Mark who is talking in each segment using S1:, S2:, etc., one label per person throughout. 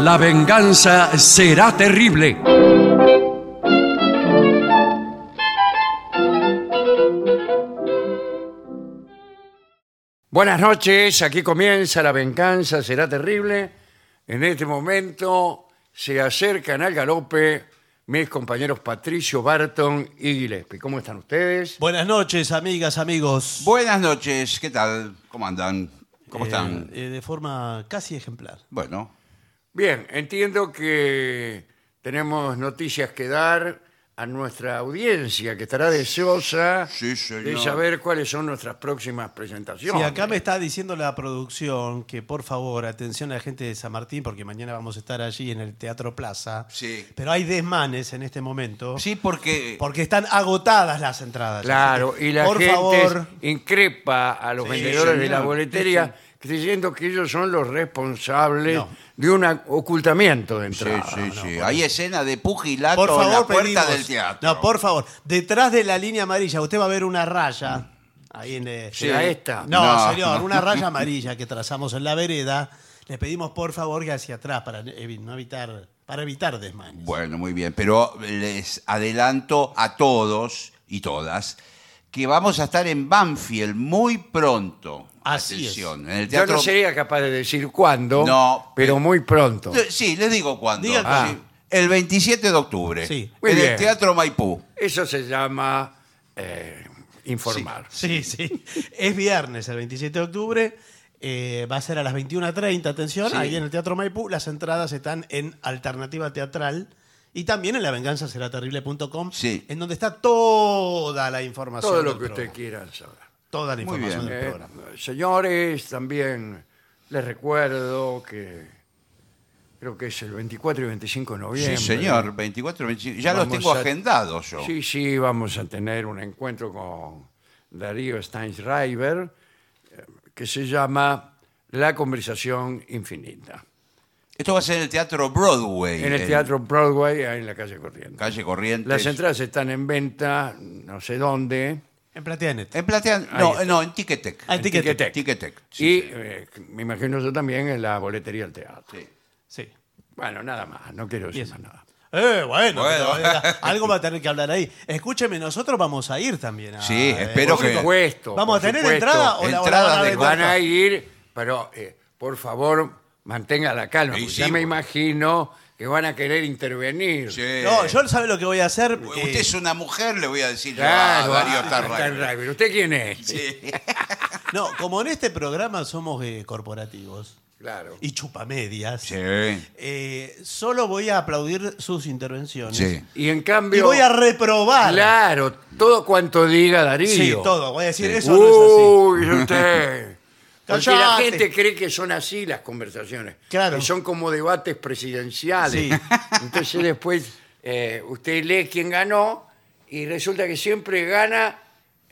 S1: La venganza será terrible. Buenas noches, aquí comienza La venganza será terrible. En este momento se acercan al galope mis compañeros Patricio Barton y Gillespie. ¿Cómo están ustedes?
S2: Buenas noches, amigas, amigos.
S3: Buenas noches, ¿qué tal? ¿Cómo andan? ¿Cómo
S2: Eh,
S3: están?
S2: eh, de forma casi ejemplar.
S3: Bueno,
S1: Bien, entiendo que tenemos noticias que dar a nuestra audiencia, que estará deseosa
S3: Sí, señor.
S1: de saber cuáles son nuestras próximas
S2: Y
S1: presentaciones.
S2: acá me está diciendo la producción que por favor, atención a la gente de San Martín, porque mañana vamos a estar allí en el Teatro Plaza.
S3: Sí.
S2: Pero hay desmanes en este momento.
S3: sí, porque...
S2: Porque están agotadas las entradas.
S1: Claro, y la
S2: por
S1: gente
S2: favor.
S1: increpa a los
S3: Sí,
S1: vendedores de la
S3: señor.
S1: boletería diciendo que ellos son los responsables
S2: No.
S1: de un ocultamiento de
S3: Sí,
S1: entradas.
S3: sí, sí. Hay escena de pugilato
S2: Por favor,
S3: en la puerta
S2: pedimos-
S3: del teatro.
S2: No, por favor. Detrás de la línea amarilla, usted va a ver una raya. Ahí en eh,
S1: ¿Será esta?
S2: No,
S3: No.
S2: señor, una raya amarilla que trazamos en la vereda. Le pedimos por favor que hacia atrás para evi- no evitar para evitar desmanes.
S3: Bueno, muy bien, pero les adelanto a todos y todas que vamos a estar en Banfield muy pronto.
S2: Así es.
S3: Atención, en el
S1: Yo
S3: teatro...
S1: no sería capaz de decir cuándo,
S3: No,
S1: pero
S3: eh,
S1: muy pronto.
S3: Sí, les digo cuándo.
S2: Diga
S3: Ah.
S1: cuándo.
S3: El 27 de octubre.
S2: Sí.
S1: Muy
S3: En
S1: bien.
S3: el Teatro Maipú.
S1: Eso se llama eh, informar.
S2: Sí, sí. Es viernes, el 27 de octubre. eh, va a ser a las 21.30, atención,
S3: Sí.
S2: ahí en el Teatro Maipú. Las entradas están en Alternativa Teatral y también en lavenganzaseraterrible.com,
S3: Sí.
S2: en donde está toda la información.
S1: Todo lo
S2: del
S1: que usted
S2: programa.
S1: quiera saber.
S2: Toda la
S3: Muy
S2: información
S3: bien.
S2: del
S1: Eh,
S2: programa.
S1: señores, también les recuerdo que creo que es el 24 y 25 de noviembre.
S3: Sí, señor, 24, 25. Ya los
S1: Vamos
S3: tengo
S1: a-
S3: agendados yo.
S1: Sí, sí, vamos a tener un encuentro con Darío Steinschreiber eh, que se llama La conversación infinita.
S3: Esto va a ser en el Teatro Broadway.
S1: En el Teatro Broadway, ahí en la calle Corriente.
S3: Calle Corrientes.
S1: Las entradas están en venta, no sé dónde.
S2: En Plateanet.
S3: En Platea...
S1: Ahí
S3: No,
S1: está.
S3: no, en Ticketek.
S2: Ah, en Ticketek.
S3: Ticketek. Ticketek,
S1: y
S3: sí, sí.
S1: eh, me imagino yo también en la boletería del teatro.
S3: Sí.
S2: Sí.
S1: Bueno, nada más, no quiero decir
S2: Bien.
S1: más nada.
S2: Eh, bueno,
S3: Bueno.
S2: pero, eh, algo va a tener que hablar ahí. Escúcheme, nosotros vamos a ir también. a-
S3: Sí,
S2: eh,
S3: espero
S2: por
S3: que-
S2: supuesto.
S1: Supuesto,
S2: ¿Vamos a
S1: por
S2: tener
S1: supuesto. eh,
S2: entrada o la, o la
S3: Entrada
S2: van a
S3: de
S2: vender?
S1: Van a ir, pero eh, por favor, mantenga la calma.
S3: Sí,
S1: porque
S3: sí,
S1: ya me
S3: bueno.
S1: imagino que van a querer intervenir.
S3: Sí.
S2: No, yo sabe lo que voy a hacer.
S3: Usted
S2: eh,
S3: es una mujer, le voy a decir.
S1: Claro,
S3: ah, Darío
S1: ah,
S3: está raro.
S1: Steinreiber. ¿Usted quién es?
S3: Sí.
S2: No, como en este programa somos eh, corporativos
S1: Claro.
S2: y chupamedias,
S3: Sí.
S2: eh, solo voy a aplaudir sus intervenciones.
S3: Sí.
S1: Y en
S2: Y
S1: cambio.
S2: voy a reprobar.
S1: Claro, todo cuanto diga Darío.
S2: Sí, todo. Voy a decir,
S3: Sí.
S2: eso no es así.
S1: Uy, usted. Porque la
S2: Cállate.
S1: gente cree que son así las conversaciones.
S2: Claro.
S1: Que son como debates presidenciales.
S2: Sí.
S1: Entonces después eh, usted lee quién ganó y resulta que siempre gana,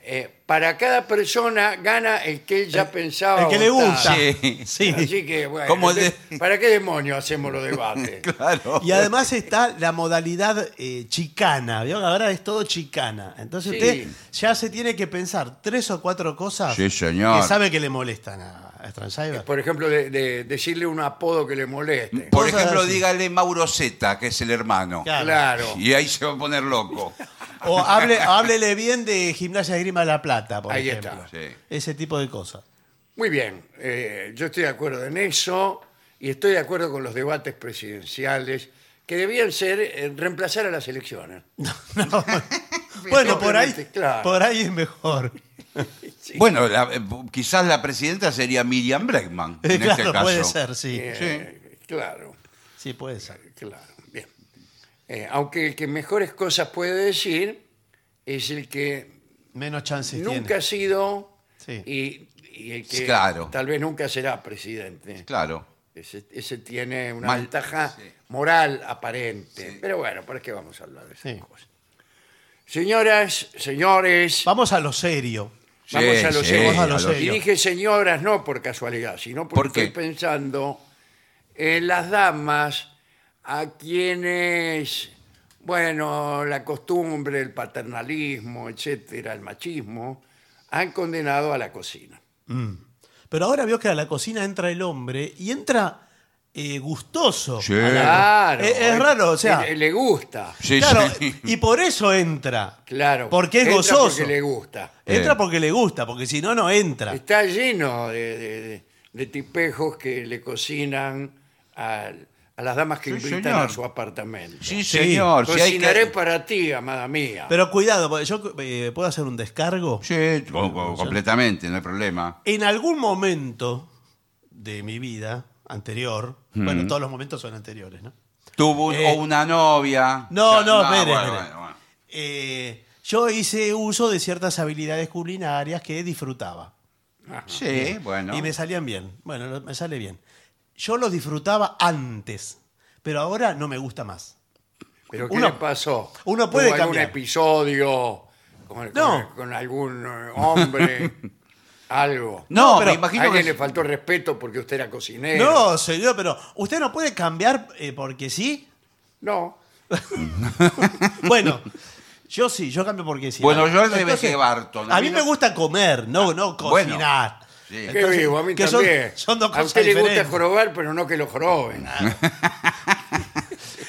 S1: eh, para cada persona gana el que él ya pensaba.
S2: El que le
S1: votar.
S2: gusta.
S3: Sí.
S2: Sí.
S1: Uh, Así que, bueno,
S3: Como el de-
S1: entonces, ¿para qué demonios hacemos los debates?
S3: Claro.
S2: Y además está la modalidad eh, chicana. ¿vio? Ahora es todo chicana. Entonces
S1: Sí.
S2: usted ya se tiene que pensar tres o cuatro cosas
S3: Sí, señor.
S2: que sabe que le molestan a, a Stranzaiber.
S1: Por ejemplo, de, de decirle un apodo que le moleste.
S3: Por
S2: Vos
S3: ejemplo,
S2: sabés.
S3: dígale Mauro Zeta, que es el hermano.
S2: Claro.
S1: Claro.
S3: Y ahí se va a poner loco.
S2: O hable, háblele bien de Gimnasia Grima La Plata, por
S1: Ahí
S2: ejemplo.
S1: está.
S3: Sí.
S2: Ese tipo de cosas.
S1: Muy bien, eh, yo estoy de acuerdo en eso y estoy de acuerdo con los debates presidenciales que debían ser eh, reemplazar a las elecciones.
S2: No. bueno, por ahí,
S1: Claro.
S2: por ahí es mejor.
S3: Bueno, la- eh, quizás la presidenta sería Miriam Bregman. En
S2: claro,
S3: este caso.
S2: puede ser, sí.
S1: Eh, Claro,
S2: Sí, puede ser.
S1: claro, bien. Eh, aunque el que mejores cosas puede decir es el que
S2: Menos chances
S1: nunca ha
S2: tiene.
S1: sido
S2: Sí.
S1: y, y el que
S3: Claro.
S1: tal vez nunca será presidente.
S3: Claro.
S1: Ese, ese tiene una
S3: Mal-
S1: ventaja
S3: sí.
S1: moral aparente.
S3: Sí.
S1: Pero bueno, ¿para qué vamos a hablar de esas
S2: Sí.
S1: cosas? Señoras, señores,
S2: Vamos a lo serio.
S1: Vamos
S3: Sí,
S1: a lo
S3: sí,
S1: serio.
S2: Vamos a lo
S1: y
S2: serio.
S1: dije señoras no por casualidad, sino porque
S3: ¿Por qué?
S1: estoy pensando en las damas a quienes, bueno, la costumbre, el paternalismo, etcétera, el machismo, han condenado a la cocina.
S2: Pero ahora vio que a la cocina entra el hombre y entra eh, gustoso.
S3: Sí.
S2: a la-
S1: Claro.
S2: Eh,
S1: eh,
S2: Es, es raro, o sea.
S1: Le, le gusta.
S3: Sí,
S2: claro,
S3: sí.
S2: y por eso entra.
S1: Claclaro.
S2: Porque es
S1: Entra
S2: gozoso.
S1: Porque le gusta.
S2: Entra porque le gusta, porque si no, no entra.
S1: Está lleno de, de- de- de tipejos que le cocinan al- a, las damas que
S3: Sí,
S1: invitan
S3: señor.
S1: a su apartamento.
S3: Sí,
S2: Sí.
S3: señor. si hay que-
S1: Cocinaré para ti, amada mía.
S2: Pero cuidado, porque yo eh, puedo hacer un descargo.
S3: Sí, co- co- completamente, no hay problema.
S2: En algún momento de mi vida anterior,
S3: Mm.
S2: bueno, todos los momentos son anteriores, ¿no?
S3: Tuvo un-
S2: Eh,
S3: o una novia.
S2: No,
S3: Ya-
S2: no,
S3: ah,
S2: espere,
S3: bueno,
S2: espere.
S3: bueno, bueno.
S2: Eh, yo hice uso de ciertas habilidades culinarias que disfrutaba
S3: Sí, bueno.
S2: Ah, y me salían bien. Bueno, lo- me sale bien. Yo los disfrutaba antes, pero ahora no me gusta más.
S1: ¿Pero qué
S2: Uno-
S1: le pasó?
S2: uno puede
S1: ¿Hubo algún
S2: cambiar.
S1: episodio con, con-
S2: No.
S1: con algún eh, hombre? algo.
S3: No,
S2: No,
S3: pero
S2: pero
S3: me imagino que.
S1: alguien le faltó respeto porque usted era
S3: Eh.
S1: cocinero.
S2: No, señor, pero usted no puede cambiar eh, porque sí.
S1: No.
S2: Bueno, yo sí, yo cambio porque sí.
S3: Bueno, yo al
S2: Entonces,
S3: revés que Barton.
S2: A mí me gusta comer, no, no
S3: Ah, bueno.
S2: cocinar.
S3: Sí.
S1: Qué
S2: Entonces,
S1: vivo, a mí
S2: que son-
S1: también.
S2: son dos
S1: a
S2: cosas
S1: usted le gusta
S2: diferentes. Ah.
S1: jorobar, pero no que lo joroben.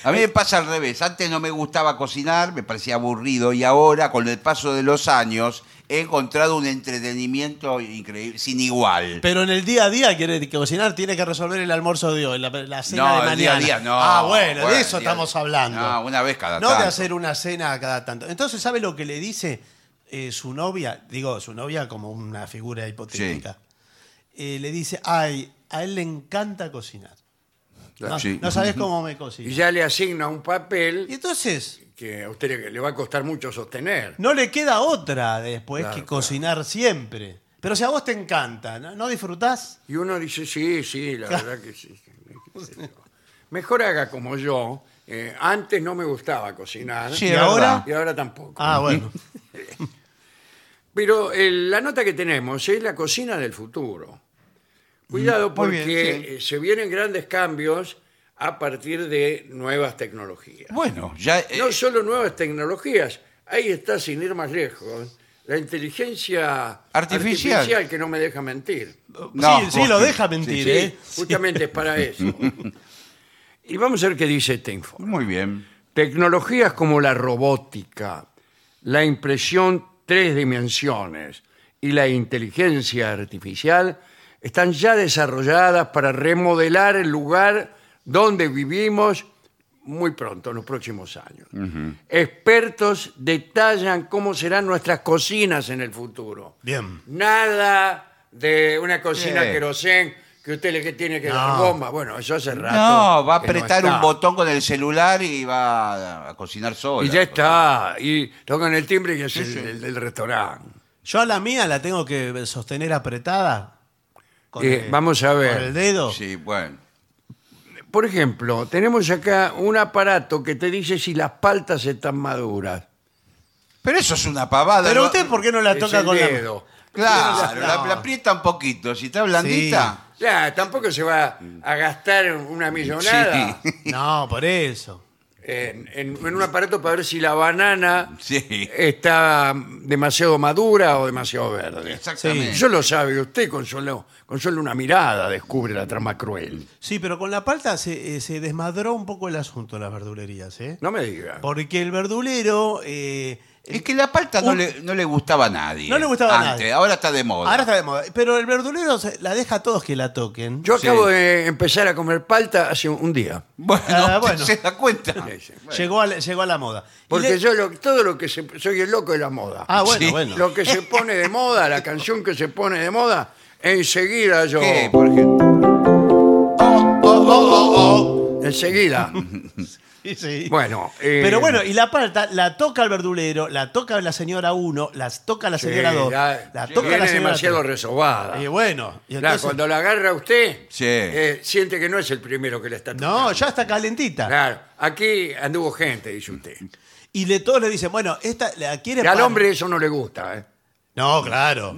S3: A mí me pasa al revés. Antes no me gustaba cocinar, me parecía aburrido y ahora, con el paso de los años, he encontrado un entretenimiento increíble, sin igual.
S2: Pero en el día a día quiere que cocinar, tiene que resolver el almuerzo de hoy, la, la cena de
S3: el
S2: mañana.
S3: día a día, no.
S2: Ah, bueno, de eso
S3: el día- Ah,
S2: estamos hablando.
S3: No, una vez cada
S2: No de
S3: tanto.
S2: hacer una cena cada tanto. Entonces, ¿sabe lo que le dice eh, su novia? Digo, su novia como una figura hipotética. Eh, le dice, ay, a él le encanta cocinar. No,
S3: Sí.
S2: no sabes cómo me
S1: Y
S2: cocina.
S1: ya le asigna un papel
S2: Y entonces,
S1: que a usted le, le va a costar mucho sostener.
S2: no le queda otra después
S1: Claro,
S2: que
S1: claro.
S2: cocinar siempre. Pero si a vos te encanta, ¿no, ¿No disfrutás?
S1: Y uno dice, sí, sí, la verdad que sí. Mejor haga como yo. Eh, antes no me gustaba cocinar.
S3: Sí,
S2: ¿Y
S3: es
S2: ahora?
S1: Y ahora tampoco.
S2: Ah, bueno.
S1: Pero eh, la nota que tenemos es la cocina del futuro. Cuidado
S3: Mm, muy bien,
S1: porque eh, se vienen grandes cambios a partir de nuevas tecnologías.
S3: Bueno, ya. eh,
S1: No solo nuevas tecnologías, ahí está sin ir más lejos, la inteligencia
S3: Artificial.
S1: artificial que no me deja mentir.
S3: No.
S2: Sí, sí, lo deja mentir,
S3: Sí, sí.
S2: ¿eh?
S1: Justamente es para eso. Y vamos a ver qué dice este informe.
S3: Muy bien.
S1: Tecnologías como la robótica, la impresión tres dimensiones y la inteligencia artificial están ya desarrolladas para remodelar el lugar donde vivimos muy pronto, en los próximos años. Expertos detallan cómo serán nuestras cocinas en el futuro.
S2: Bien.
S1: Nada de una cocina
S3: Sí.
S1: querosén que usted le que tiene que dar
S2: No.
S1: goma. Bueno, eso hace rato.
S3: No, va a
S1: que no
S3: apretar un
S1: está.
S3: botón con el celular y va a cocinar solo.
S1: Y ya está. Y tocan el timbre y es
S3: Sí,
S1: el,
S3: sí.
S1: el del restaurante.
S2: Yo a la mía la tengo que sostener apretada. con
S1: Eh, vamos a ver.
S2: Con el dedo.
S3: Sí, bueno.
S1: Por ejemplo, tenemos acá un aparato que te dice si las paltas están maduras.
S3: Pero eso es una pavada.
S2: Pero
S3: ¿no?
S2: usted, ¿por qué no la
S1: Es
S2: toca
S1: el
S2: con
S1: dedo.
S3: Claro,
S2: No.
S3: la, la aprieta un poquito. Si está blandita.
S1: Ya, tampoco se va a gastar una millonada
S3: Sí.
S2: la.? No, por eso.
S1: en, en- en un aparato para ver si la banana
S3: Sí.
S2: Eh,
S1: está demasiado madura o demasiado verde.
S3: Exactamente.
S1: Eso lo sabe usted con solo, con solo una mirada, descubre la trama cruel.
S2: Sí, pero con la palta se, eh, se desmadró un poco el asunto en las verdulerías, ¿eh?
S1: No me diga.
S2: Porque el verdulero. eh,
S3: Es que la palta no,
S2: Un-
S3: le, no le gustaba a nadie.
S2: No le gustaba a
S3: Antes,
S2: nadie.
S3: Ahora está de moda.
S2: ahora está de moda. Pero el verdulero se- la deja a todos que la toquen.
S1: Yo
S3: Sí.
S1: acabo de empezar a comer palta hace un día.
S3: Bueno,
S2: Ah, bueno.
S3: se da cuenta.
S2: llegó, a la, llegó a la moda. Y
S1: Porque
S2: le-
S1: yo lo- todo lo que se, soy el loco de la moda.
S2: Ah, bueno,
S3: Sí.
S2: bueno.
S1: Lo que se pone de moda, la canción que se pone de moda, enseguida yo,
S3: ¿Qué, por ejemplo? Oh, oh, oh, oh, oh.
S1: enseguida.
S2: Sí, sí.
S1: Bueno, eh,
S2: Pero bueno, y la palta la toca el verdulero, la toca la señora 1, las toca la
S1: sí,
S2: señora 2,
S1: ya
S2: la toca
S1: viene
S2: la señora
S1: demasiado
S2: tres.
S1: resobada.
S2: Y bueno, y
S1: Claro,
S2: entonces-
S1: cuando la agarra usted,
S3: Sí.
S1: eh, siente que no es el primero que la está tocando.
S2: no, ya está calentita.
S1: Claro, aquí anduvo gente, dice usted.
S2: Y le, todos le dicen, bueno, esta la quiere
S1: Y al hombre eso no le gusta. ¿eh?
S2: No, claro.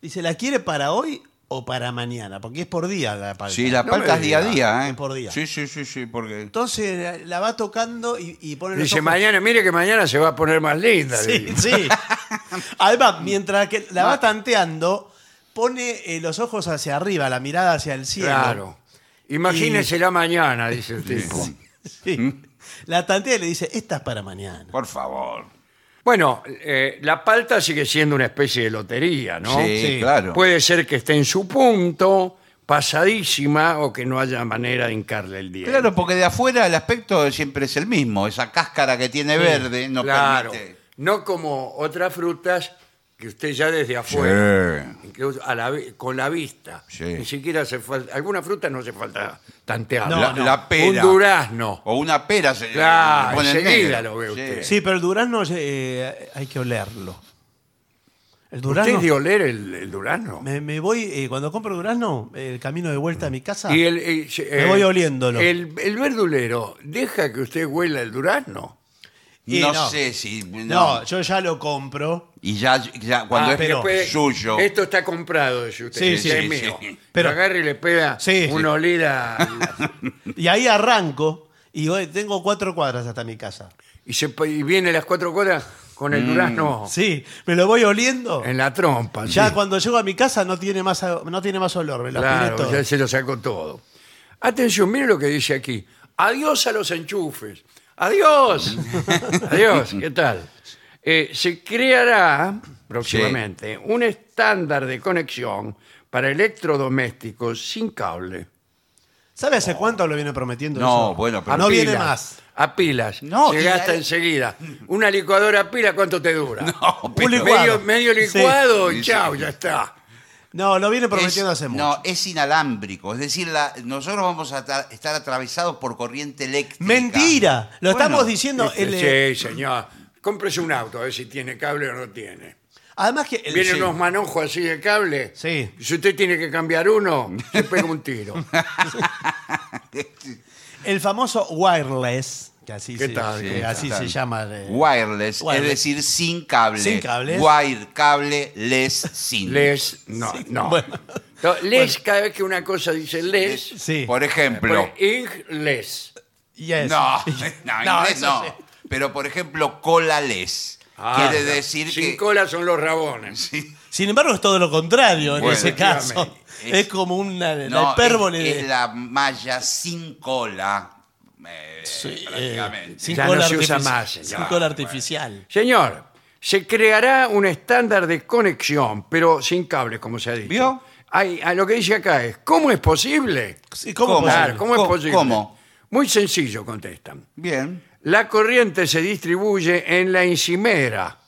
S2: Dice, ¿la quiere para hoy o para mañana? Porque es por día la palta.
S3: Sí, la
S1: No
S3: palta
S1: me
S3: es día a
S1: diga.
S3: día, ¿eh?
S2: Es por día.
S3: Sí, sí, sí, sí, porque.
S2: Entonces la, la va tocando y, y pone los
S1: Dice,
S2: ojos-
S1: mañana, mire que mañana se va a poner más linda. le
S2: Sí,
S1: digo.
S2: sí. Además, mientras que la va tanteando, pone eh, los ojos hacia arriba, la mirada hacia el cielo.
S1: Claro. Y Imagínese la mañana, dice el tipo.
S2: Sí. La tantea y le dice, esta es para mañana.
S3: Por favor.
S1: Bueno, eh, la palta sigue siendo una especie de lotería, ¿no?
S3: Sí,
S2: Sí.
S3: claro.
S1: Puede ser que esté en su punto, pasadísima, o que no haya manera de hincarle el diente.
S3: Claro, porque de afuera el aspecto siempre es el mismo. Esa cáscara que tiene verde no
S1: Claro.
S3: permite.
S1: No como otras frutas que usted ya desde afuera,
S3: Sí.
S1: incluso a la vi- con la vista.
S3: Sí.
S1: Ni siquiera hace falta. Alguna fruta no hace falta tantear.
S2: No,
S3: la,
S2: no.
S3: la pera.
S1: Un durazno.
S3: O una pera se
S1: Claro,
S3: le pone
S1: enseguida
S3: negro.
S1: lo ve usted.
S2: Sí, pero el durazno eh, hay que olerlo. El
S1: ¿Usted
S2: durazno...
S1: es de oler el, el durazno?
S2: Me, me voy, eh, cuando compro durazno, el camino de vuelta a mi casa...
S1: Y el, y se-
S2: Me voy oliéndolo.
S1: El, el verdulero, ¿deja que usted huela el durazno?
S2: Y
S3: no,
S2: no.
S3: sé si. No.
S2: no. yo ya lo compro.
S3: Y ya, ya
S2: Ah,
S3: cuando es
S2: pero-
S1: Puede-
S3: suyo.
S1: Esto está comprado, dice usted.
S2: Sí,
S1: este
S2: sí,
S1: es
S3: sí,
S1: mío.
S3: sí.
S2: Pero-
S1: Lo agarra y le pega
S2: Sí, sí.
S1: una olida
S2: Y ahí arranco y voy- tengo cuatro cuadras hasta mi casa.
S1: y, se, pa- y viene las cuatro horas con
S3: Mm.
S1: el durazno
S2: Sí, me lo voy oliendo.
S1: en la trompa.
S2: Ya
S1: sí.
S2: cuando llego a mi casa no tiene más, no tiene más olor, me lo aspiré
S1: Claro,
S2: todo.
S1: ya se lo sacó todo. Atención, mire lo que dice aquí. Adiós a los enchufes. Adiós. Adiós. ¿Qué tal? Eh, se creará próximamente un estándar de conexión para electrodomésticos sin cable.
S2: ¿Sabe hace cuánto lo viene prometiendo?
S3: No,
S2: eso? Ah,
S3: bueno, pero
S2: no
S1: Pilas.
S2: viene más.
S1: A pilas.
S3: No,
S1: se
S3: y-
S1: gasta enseguida. Una licuadora a pila, ¿cuánto te dura?
S3: No,
S2: Un
S3: pero-
S2: licuado.
S1: medio, medio licuado
S3: Sí.
S1: y chao, ya está.
S2: No, lo viene
S3: es,
S2: prometiendo hace mucho.
S3: no, es inalámbrico. Es decir, la- nosotros vamos a tra- estar atravesados por corriente eléctrica.
S2: Mentira, lo
S3: Bueno,
S2: estamos diciendo. el-
S1: Este,
S2: eh,
S1: Sí, señor. Cómprese un auto, a ver si tiene cable o no tiene.
S2: Además que el-
S1: Vienen
S2: Eh, sí.
S1: unos manojos así de cable.
S2: Sí.
S1: Si usted tiene que cambiar uno, se pega un tiro.
S2: el famoso wireless, que así,
S1: ¿Qué
S2: se,
S1: tal?
S2: que
S1: ¿Cómo
S2: así
S3: están?
S2: se llama. eh,
S3: Wireless,
S2: Wireless.
S3: es decir, sin cable.
S2: Sin cables.
S3: Wire, cable, les, sin.
S1: Les, no, no.
S2: bueno.
S1: No, Les, cada vez que una cosa dice les,
S2: Sí.
S3: Por ejemplo.
S1: pone ing, les.
S2: yes.
S3: No, no,
S2: No,
S3: inglés
S2: eso
S3: no.
S2: sí.
S3: Pero, por ejemplo, colales.
S1: Ah,
S3: quiere
S1: no.
S3: decir
S1: Sin
S3: que...
S1: cola son los rabones.
S2: Sin embargo, es todo lo contrario en
S3: Bueno,
S2: ese caso.
S3: efectivamente.
S2: Es, como una la
S3: no,
S2: hipérbole
S3: es,
S2: de-
S3: es la malla sin cola. eh, prácticamente.
S2: sin
S1: Ya
S2: cola
S1: no se usa
S2: artifici-
S1: más,
S2: sin
S1: señor.
S2: cola artificial.
S1: Señor, se creará un estándar de conexión, pero sin cables, como se ha dicho.
S3: ¿Vio?
S1: Ay, a lo que dice acá es, ¿cómo es posible?
S2: Sí, ¿Cómo?
S3: ¿Cómo?
S2: posible?
S1: Claro, ¿cómo es
S3: ¿Cómo-
S1: posible?
S3: cómo?
S1: Muy sencillo, contestan.
S3: Bien.
S1: La corriente se distribuye en la encimera.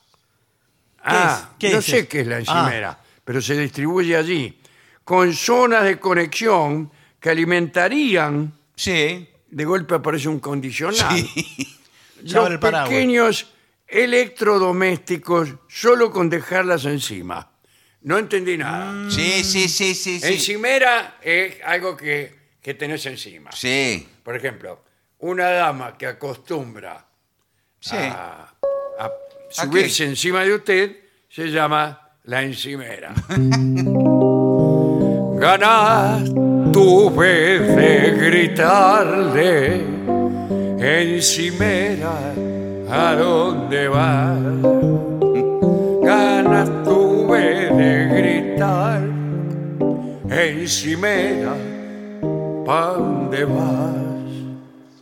S1: ah,
S2: es? ¿Qué
S1: no
S2: es
S1: sé
S2: eso?
S1: qué es la encimera, pero se distribuye allí, con zonas de conexión que alimentarían,
S3: Sí.
S1: de golpe aparece un
S2: Ah.
S1: condicional,
S2: Ya abre
S1: los
S2: el paraguas.
S1: pequeños electrodomésticos solo con dejarlas encima. No entendí nada.
S2: Mm,
S3: Sí, sí, sí, sí, sí.
S1: Encimera es algo que, que tenés encima.
S3: Sí,
S1: Por ejemplo, una dama que acostumbra
S3: sí.
S1: a, a subirse encima de usted se llama la encimera. Ganas tuve de gritarle, encimera, ¿a dónde vas? Ganas tuve de gritar, encimera, ¿pa' dónde vas?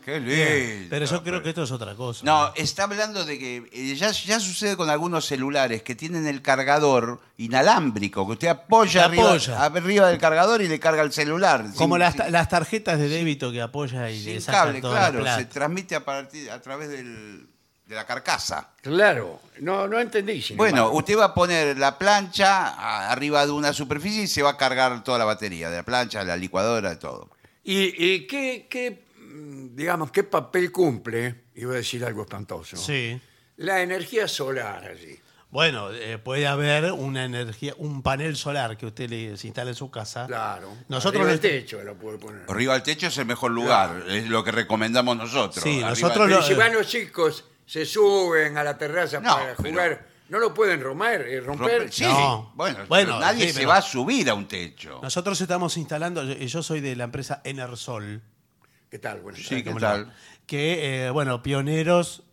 S3: Qué lindo.
S2: Pero yo creo que esto es otra cosa.
S3: No, está hablando de que eh, ya, ya sucede con algunos celulares que tienen el cargador inalámbrico, que usted apoya,
S2: Que apoya.
S3: Arriba, arriba del cargador y le carga el celular.
S2: Como
S3: Sin-
S2: las,
S3: sin-
S2: ta- las tarjetas de débito que apoya y
S3: sin
S2: le sacan
S3: cable,
S2: toda la
S3: claro,
S2: plata.
S3: se transmite a, partir, a través del- de la carcasa.
S1: Claro, no, no entendí. sin
S3: Bueno,
S1: embargo.
S3: usted va a poner la plancha a- arriba de una superficie y se va a cargar toda la batería, de la plancha, de la licuadora, de todo.
S1: ¿Y, y qué, qué, mm, digamos, qué papel cumple? Iba a decir algo espantoso.
S2: Sí.
S1: La energía solar allí.
S2: Bueno, eh, puede haber una energía, un panel solar que usted le se instala en su casa.
S1: Claro.
S2: Nosotros
S1: Arriba
S2: lo-
S1: del
S3: este-
S1: techo lo puede poner.
S3: Arriba del techo es el mejor lugar, es lo que recomendamos nosotros.
S2: Sí,
S3: Arriba
S2: nosotros
S3: del
S1: Pero
S2: lo-
S1: si van los chicos, se suben a la terraza
S3: No,
S1: para
S3: pero-
S1: jugar, no lo pueden romper. eh, romper.
S3: Romper- Sí,
S2: No.
S3: bueno, pero
S2: Bueno,
S3: nadie
S2: sí,
S3: se
S2: pero-
S3: va a subir a un techo.
S2: Nosotros estamos instalando, yo, yo soy de la empresa Enersol,
S1: ¿Qué tal? Bueno,
S3: Sí, ¿qué
S2: ¿cómo
S3: tal?
S2: que, eh, bueno, pioneros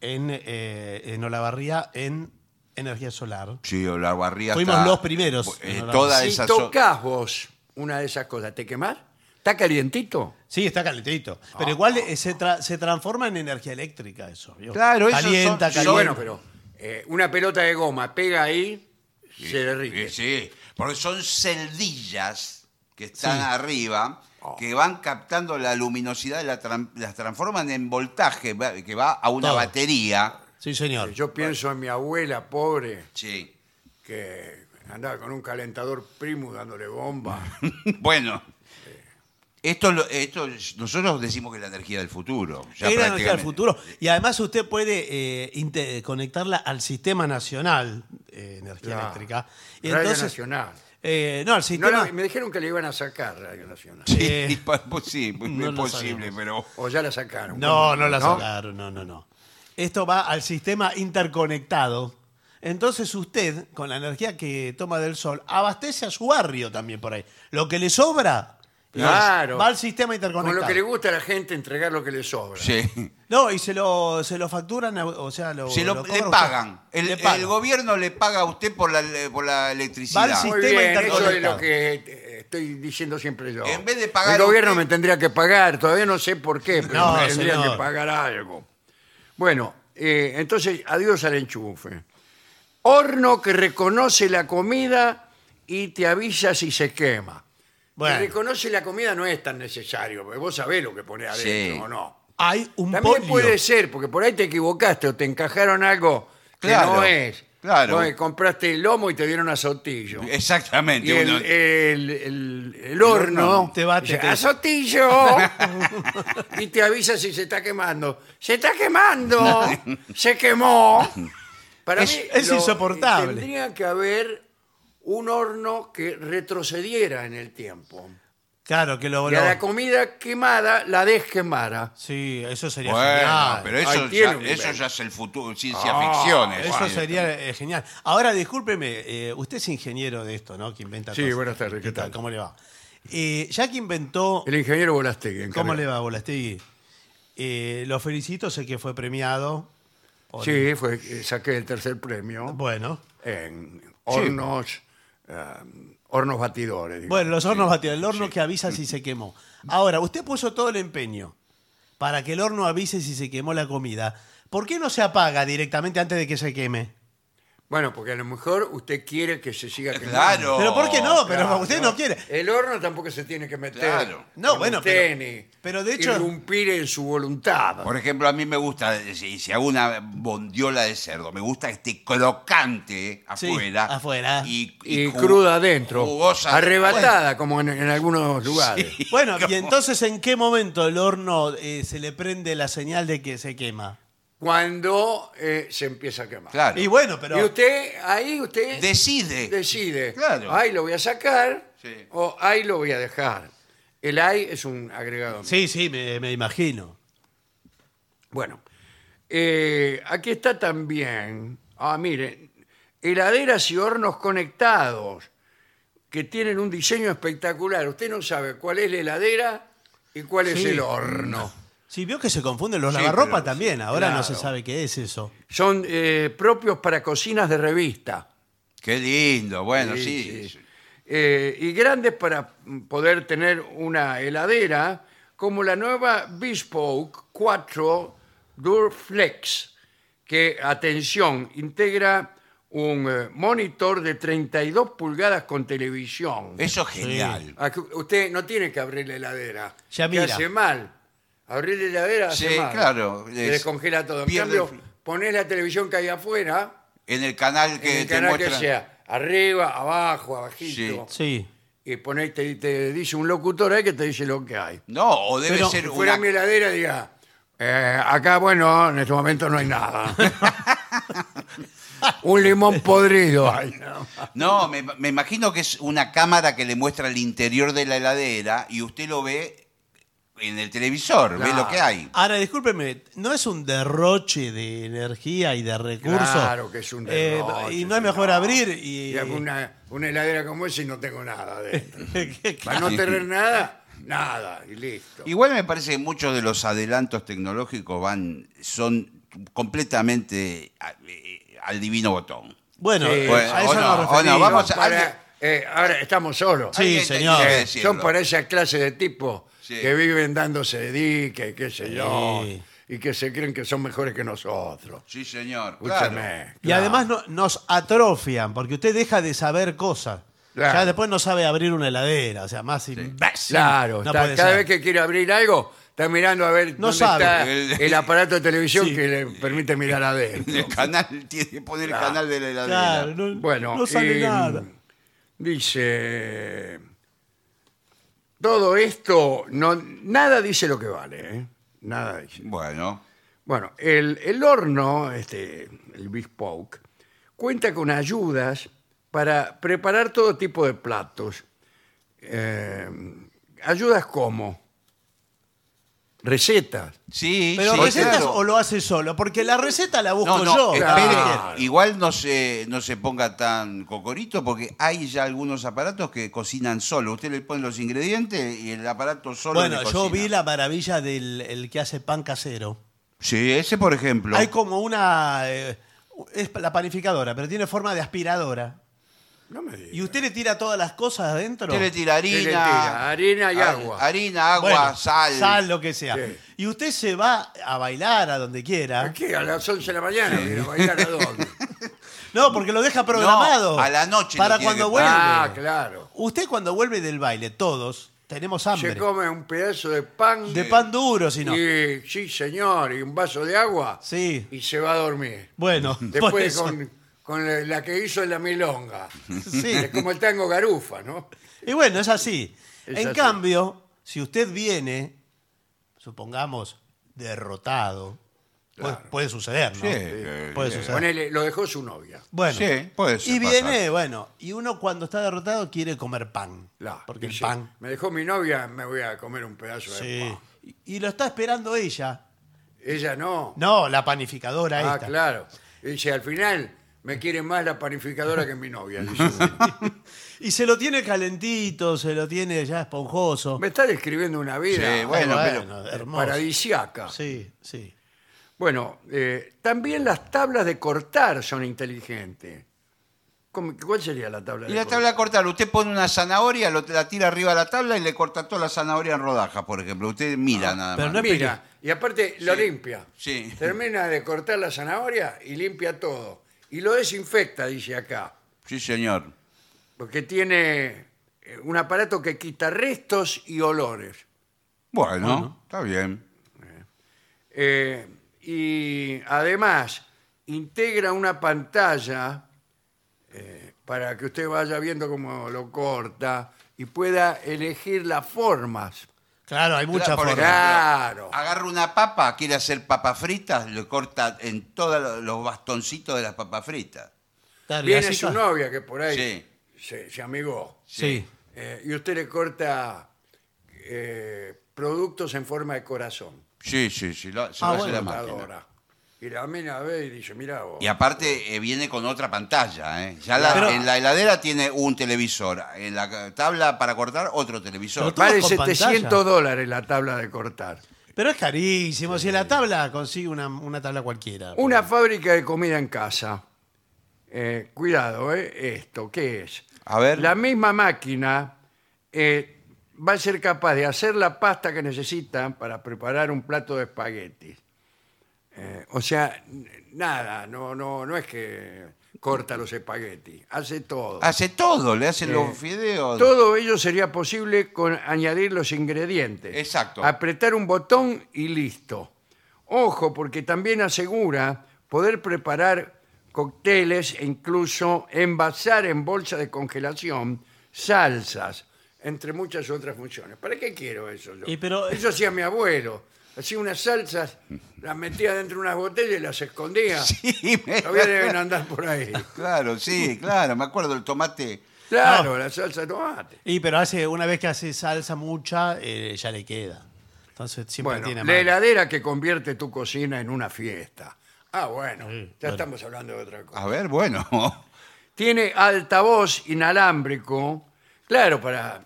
S2: en, eh, en Olavarría en energía solar.
S3: Sí, o la barría
S2: Fuimos
S3: está-
S2: los primeros.
S3: Eh,
S2: No, no.
S3: toda
S1: si
S3: esa zo-
S1: tocas vos una de esas cosas, ¿te quemás? ¿Está calientito?
S2: Sí, está calentito. Pero igual eh, se, tra- se transforma en energía eléctrica eso. ¿vio?
S3: Claro, esos
S2: Calienta,
S3: son-
S1: Sí,
S2: calienta.
S1: bueno, pero eh, una pelota de goma pega ahí, se derrite.
S3: Sí, sí, porque son celdillas que están
S2: Sí. Oh.
S3: arriba que van captando la luminosidad, y la tran- las transforman en voltaje va- que va a una
S2: Todo.
S3: batería.
S2: Sí, señor.
S1: eh, Yo pienso en mi abuela pobre
S3: Sí.
S1: que andaba con un calentador primus dándole bomba.
S3: Bueno, esto, lo- esto nosotros decimos que es la energía del futuro.
S2: Era
S3: ya
S2: energía del
S3: prácticamente.
S2: futuro. Y además usted puede eh, inte- conectarla al Sistema Nacional de Energía
S1: Claro.
S2: Eléctrica. Y
S1: Radio
S2: entonces,
S1: Nacional.
S2: eh, no, al
S1: No,
S2: sistema...
S1: la- me dijeron que le iban a sacar Radio Nacional.
S3: Sí,
S2: Eh,
S3: pues sí, pues
S2: no
S3: es
S2: lo
S3: posible,
S2: sabemos.
S3: pero
S1: O ya la sacaron.
S2: No, no la
S1: ¿No?
S2: sacaron, no, no, no. Esto va al sistema interconectado. Entonces usted, con la energía que toma del sol, abastece a su barrio también por ahí. Lo que le sobra lo-
S1: Claro.
S2: va al sistema
S1: Con
S2: interconectado.
S1: lo que le gusta a la gente entregar lo que le sobra.
S3: sí.
S2: No, y se lo, se lo facturan, a- o sea, lo,
S3: Se lo,
S2: lo
S3: le
S2: cobra
S3: pagan.
S2: usted.
S3: El,
S2: Le pagan.
S3: el gobierno le paga a usted por la, por la
S2: Va al
S3: electricidad.
S2: sistema
S1: Muy bien, eso es
S2: interconectado.
S1: lo que eh, estoy diciendo siempre yo.
S3: En vez de pagar
S1: El gobierno
S3: usted-
S1: me tendría que pagar, todavía no sé por qué, pero
S2: No,
S1: me tendría
S2: señor.
S1: que pagar algo. Bueno, eh, entonces, adiós al enchufe. Horno que reconoce la comida y te avisa si se quema.
S2: Bueno.
S1: Que reconoce la comida no es tan necesario, porque vos sabés lo que ponés adentro
S3: Sí.
S1: o no.
S2: Hay un
S1: También
S2: polio.
S1: puede ser, porque por ahí te equivocaste o te encajaron algo que
S3: Claro,
S1: no es.
S3: claro.
S1: No es, compraste el lomo y te dieron azotillo. Y
S3: Exactamente.
S1: el,
S3: uno-
S1: el- el- el horno
S2: Te bate,
S1: dice,
S2: te-
S1: azotillo y te avisa si se está quemando. Se está quemando, se quemó. Para
S2: Es-
S1: mí eh,
S2: es insoportable.
S1: Tendría que haber un horno que retrocediera en el tiempo.
S2: Claro, que lo...
S1: Y a
S2: lo-
S1: la comida quemada la desquemara.
S2: Sí, eso sería
S3: Bueno,
S2: genial.
S3: pero eso,
S1: Ahí tiene
S3: ya,
S1: un
S3: eso
S1: nivel.
S3: ya es el futuro, ciencia
S1: Ah,
S3: ficción. es
S2: Eso
S3: decir.
S2: sería eh, genial. Ahora, discúlpeme, eh, usted es ingeniero de esto, ¿no? Que inventa
S1: Sí,
S2: cosas.
S1: buenas tardes, ¿qué tal?
S2: ¿Cómo le va? Eh, ya que inventó...
S1: El ingeniero Volastegui. encargado.
S2: ¿Cómo le va, Bolastegui? Eh, lo felicito, sé que fue premiado. por-
S1: Sí, fue, eh, saqué el tercer premio
S2: Bueno.
S1: en hornos, eh, hornos batidores. digamos.
S2: Bueno, los hornos batidos, el horno que avisa si se quemó. Ahora, usted puso todo el empeño para que el horno avise si se quemó la comida. ¿Por qué no se apaga directamente antes de que se queme?
S1: Bueno, porque a lo mejor usted quiere que se siga quemando.
S3: Claro.
S2: Pero ¿por qué no? Eh, Pero
S1: Claro,
S2: usted no quiere.
S1: El horno tampoco se tiene que meter.
S3: Claro.
S2: No,
S1: con
S2: bueno,
S1: usted
S2: pero-
S1: ni
S2: pero de hecho-
S1: Irrumpir en su voluntad.
S3: Por ejemplo, a mí me gusta, eh, si, si hago una bondiola de cerdo, me gusta que esté crocante
S2: Sí,
S3: afuera.
S2: afuera.
S3: Y,
S1: Y,
S3: ju-
S1: cruda adentro.
S3: Jugosa.
S1: Arrebatada, como en, en algunos lugares.
S2: Bueno, y
S3: ¿Cómo?
S2: entonces, ¿en qué momento el horno eh, se le prende la señal de que se quema?
S1: Cuando eh, se empieza a quemar.
S3: Claro.
S2: Y bueno, pero.
S1: Y usted, ahí usted
S3: Decide.
S1: decide.
S3: Claro.
S1: Ahí lo voy a sacar
S3: Sí.
S1: o ahí lo voy a dejar. El ahí es un agregado.
S2: Sí, sí, me, me imagino.
S1: Bueno, eh, aquí está también, ah, miren, heladeras y hornos conectados que tienen un diseño espectacular. Usted no sabe cuál es la heladera y cuál es
S2: Sí.
S1: el horno.
S2: Sí, vio que se confunden los
S3: Sí,
S2: lavarropas
S3: pero-
S2: también. Ahora no se
S1: claro.
S2: sabe qué es eso.
S1: Son eh, propios para cocinas de revista.
S3: Qué lindo, bueno,
S1: Sí,
S3: sí.
S1: sí. Eh, y grandes para mm, poder tener una heladera, como la nueva Bespoke 4 Durflex, que, atención, integra un eh, monitor de 32 pulgadas con televisión.
S3: Eso es genial.
S1: Ah, que Usted no tiene que abrir la heladera.
S2: Ya
S1: que
S2: mira.
S1: hace mal. Abrir la heladera hace
S3: Sí,
S1: mal.
S3: claro,
S1: Se
S3: es-
S1: descongela todo. En
S3: pierde el
S1: cambio,
S3: fl-
S1: poner la televisión que hay afuera,
S3: En el canal que
S1: en el
S3: te
S1: canal
S3: muestra.
S1: que sea, arriba, abajo, abajito.
S2: Sí.
S1: y ponés, te, te dice un locutor ahí que te dice lo que hay.
S3: No, o debe
S2: Pero-
S3: ser
S1: Si fuera
S3: una.
S1: mi heladera, diga, "Eh, acá, bueno, en este momento no hay nada. un limón podrido. hay.
S3: No, me, me imagino que es una cámara que le muestra el interior de la heladera y usted lo ve en el televisor, ve
S1: Claro.
S3: lo que hay.
S2: Ahora, discúlpeme, ¿no es un derroche de energía y de recursos?
S1: Claro que es un
S2: Eh,
S1: derroche,
S2: y no es mejor
S1: señor.
S2: abrir y.
S1: Y una, una heladera como esa y no tengo nada adentro. Para
S2: Claro.
S1: no tener nada, nada, y listo.
S3: Igual me parece que muchos de los adelantos tecnológicos van, son completamente a- eh, al divino botón.
S2: bueno,
S1: Sí.
S2: eh,
S3: Bueno,
S2: a eso
S3: o no,
S2: nos
S3: o no,
S2: referimos.
S3: vamos a-
S1: para,
S3: alguien-
S1: eh, ahora estamos solos.
S2: Sí,
S3: Alguien tenía
S2: señor.
S3: que
S1: Eh,
S3: decirlo.
S1: son para esa clase de tipos
S3: Sí.
S1: que viven dándose de dique, qué sé yo,
S2: Sí.
S1: y que se creen que son mejores que nosotros.
S3: Sí, señor. Claro.
S1: Escúchame.
S2: Y además no- nos atrofian, porque usted deja de saber cosas.
S1: Claro.
S2: Ya después no sabe abrir una heladera, o sea, más imbécil.
S1: Claro,
S2: no
S1: está-
S2: puede
S1: cada
S2: ser.
S1: vez que quiere abrir algo, está mirando a ver
S2: No
S1: dónde
S2: sabe.
S1: está el aparato de televisión que le permite mirar adentro.
S3: El canal, tiene que poner el canal de la heladera.
S2: Claro, no,
S1: Bueno,
S2: no sale
S1: y,
S2: nada.
S1: Dice. Todo esto, no, nada dice lo que vale, ¿eh? Nada dice.
S3: Bueno,
S1: Bueno, el, el horno, este, el Bespoke, cuenta con ayudas para preparar todo tipo de platos. Eh, ayudas como recetas.
S3: sí.
S2: Pero
S3: sí,
S2: recetas
S3: claro.
S2: o lo hace solo, porque la receta la busco
S3: No, no,
S2: yo.
S3: espere,
S1: Claro.
S3: igual no se, no se ponga tan cocorito porque hay ya algunos aparatos que cocinan solo. Usted le pone los ingredientes y el aparato solo
S2: Bueno,
S3: le
S2: yo
S3: cocina.
S2: vi la maravilla del el que hace pan casero.
S3: Sí, ese por ejemplo.
S2: Hay como una. eh, es la panificadora, pero tiene forma de aspiradora.
S1: No me digas.
S2: Y usted le tira todas las cosas adentro.
S3: Usted le tira harina.
S1: le tira harina y
S3: har-
S1: agua.
S3: Harina, agua,
S2: Bueno,
S3: sal.
S2: Sal, lo que sea.
S1: Sí.
S2: Y usted se va a bailar a donde quiera.
S1: ¿A qué? A las 11 de la mañana. ¿Pero bailar a dónde?
S2: No, porque lo deja programado.
S3: No, a la noche lo
S2: Para
S3: tiene
S2: cuando
S3: que-
S2: vuelve.
S1: Ah, claro.
S2: Usted cuando vuelve del baile, todos tenemos
S1: Se
S2: hambre.
S1: come un pedazo de pan.
S2: De pan duro, si no.
S1: Y, sí, señor, y un vaso de agua.
S2: Sí.
S1: Y se va a dormir.
S2: Bueno, por
S1: Después
S2: eso.
S1: con, con la que hizo en la milonga.
S2: Sí.
S1: Es como el tango garufa, ¿no?
S2: Y bueno, es así.
S1: Es
S2: en
S1: así.
S2: cambio, si usted viene, supongamos, derrotado, puede- puede, suceder, ¿no?
S3: Sí, sí,
S2: puede
S3: sí.
S2: suceder.
S1: Ponele, lo dejó su novia.
S2: Bueno,
S3: Sí, puede ser,
S2: y
S3: pasa.
S2: viene, bueno, y uno cuando está derrotado quiere comer pan.
S1: La,
S2: porque el
S1: dice,
S2: pan.
S1: Me dejó mi novia, me voy a comer un pedazo de
S2: Sí.
S1: pan.
S2: Y- Y lo está esperando ella.
S1: Ella no.
S2: No, la panificadora
S1: ah,
S2: esta.
S1: claro. Dice, al final me quiere más la panificadora que mi novia. Dice,
S2: Y se lo tiene calentito, se lo tiene ya esponjoso.
S1: me está describiendo una vida
S3: Sí, bueno, pero-
S2: hermoso.
S1: paradisiaca.
S2: Sí, sí.
S1: Bueno, eh, también las tablas de cortar son inteligentes. ¿Cómo- ¿Cuál sería la tabla
S3: Y
S1: de
S3: la
S1: cortar?
S3: tabla a cortar, usted pone una zanahoria, lo- la tira arriba de la tabla y le corta toda la zanahoria en rodajas, por ejemplo. Usted mira nada
S2: Ah, pero
S3: más.
S2: no es
S1: Mira, y aparte lo limpia.
S3: Sí.
S1: Termina de cortar la zanahoria y limpia todo. Y lo desinfecta, dice acá.
S3: Sí, señor.
S1: Porque tiene eh, un aparato que quita restos y olores.
S3: Bueno, está bien.
S1: Eh, y además, integra una pantalla eh, para que usted vaya viendo cómo lo corta y pueda elegir las formas.
S2: Claro, hay mucha
S3: por
S2: forma.
S1: ah, Claro.
S3: ejemplo, Agarra una papa, quiere hacer papas fritas, le corta en todos lo- los bastoncitos de las papas fritas.
S2: Claro, y
S1: Viene
S2: así
S1: su
S2: con-
S1: novia que por ahí se, se amigó.
S2: Sí.
S1: Eh, y usted le corta eh, productos en forma de corazón.
S3: Sí, sí, sí, lo- se
S2: Ah,
S3: lo hace
S2: bueno,
S3: la máquina.
S1: Adora. Y la mina ve y dice, mira vos.
S3: Y aparte eh, viene con otra pantalla, ¿eh? Ya la-
S2: Pero-
S3: en la heladera tiene un televisor, en la ca- tabla para cortar otro televisor.
S2: Pero
S1: Vale
S2: todos con
S1: 700
S2: pantalla.
S1: dólares la tabla de cortar.
S2: Pero es carísimo. Si la tabla consigue una, una tabla cualquiera.
S1: Una fábrica de comida en casa. Eh, cuidado, ¿eh? Esto, ¿qué es?
S3: A ver.
S1: La misma máquina eh, va a ser capaz de hacer la pasta que necesitan para preparar un plato de espaguetis. Eh, o sea, n- nada, no, no, no es que corta los espaguetis, hace todo.
S3: Hace todo, le hacen
S1: Eh,
S3: los fideos.
S1: Todo ello sería posible con añadir los ingredientes.
S3: Exacto.
S1: Apretar un botón y listo. Ojo, porque también asegura poder preparar cócteles e incluso envasar en bolsa de congelación salsas, entre muchas otras funciones. ¿Para qué quiero eso yo?
S2: Y pero-
S1: Eso hacía mi abuelo. Hacía unas salsas, las metía dentro de unas botellas y las escondía.
S3: Sí, me-
S1: Todavía deben andar por ahí.
S3: Claro, sí, claro, me acuerdo el tomate.
S1: Claro, la salsa de tomate.
S2: Y pero hace, una vez que hace salsa mucha, eh, ya le queda. Entonces siempre
S1: Bueno,
S2: tiene
S1: la
S2: más.
S1: heladera que convierte tu cocina en una fiesta. Ah, bueno,
S2: Sí,
S1: ya
S2: bueno. Ah.
S1: estamos hablando de otra cosa.
S3: A ver, bueno.
S1: Tiene altavoz inalámbrico, claro, para,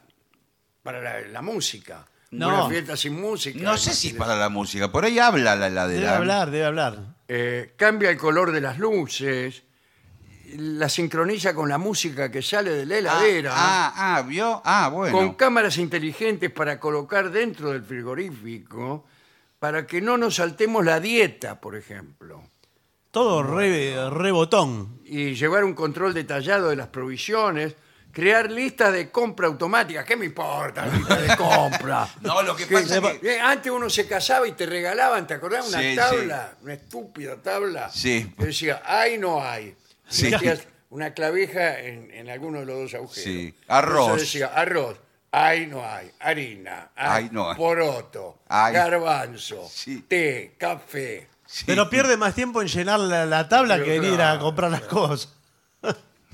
S1: para la, la música.
S2: No.
S1: Una fiesta sin música.
S3: No sé si
S1: imagínate.
S3: para la música, por ahí habla la
S2: Debe
S3: heladera.
S2: hablar, debe hablar.
S1: Eh, cambia el color de las luces, la sincroniza con la música que sale de la heladera.
S3: Ah, ah, ah, vio. Ah, bueno.
S1: con cámaras inteligentes para colocar dentro del frigorífico para que no nos saltemos la dieta, por ejemplo.
S2: Todo re, rebotón.
S1: Y llevar un control detallado de las provisiones, crear listas de compra automáticas. ¿Qué me importa la lista de compra?
S3: No, lo que pasa es que.
S1: Eh, Antes uno se casaba y te regalaban, ¿te acordás? Una
S3: Sí,
S1: tabla, una estúpida tabla.
S3: Sí.
S1: Que decía, hay, no hay. Y
S3: Sí.
S1: metías una clavija en, en alguno de los dos agujeros.
S3: Sí. Arroz.
S1: Entonces decía, arroz, hay, no hay. Harina, hay,
S3: Hay, no hay.
S1: poroto,
S3: Hay.
S1: garbanzo,
S3: Sí.
S1: té, café.
S3: sí.
S2: Pero pierde más tiempo en llenar la, la tabla
S1: Pero
S2: que en ir a
S1: claro,
S2: comprar las cosas.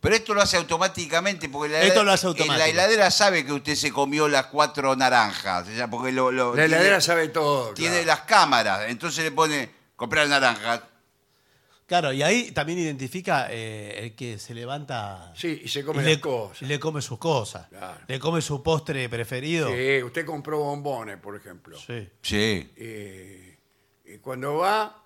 S3: Pero esto lo hace automáticamente porque la
S2: Esto lo hace
S3: en
S2: automático.
S3: la heladera sabe que usted se comió las cuatro naranjas, o sea, porque lo, lo-
S1: La heladera
S3: tiene,
S1: sabe todo.
S3: tiene
S1: claro.
S3: las cámaras, entonces le pone comprar naranjas.
S2: Claro, y ahí también identifica eh, el que se levanta
S1: Sí, y se
S2: y
S1: come las
S2: le,
S1: cosas.
S2: y le come sus cosas.
S1: Claro.
S2: Le come su postre preferido.
S1: Sí, Eh, usted compró bombones, por ejemplo.
S2: Sí.
S3: Sí.
S1: Eh, y cuando va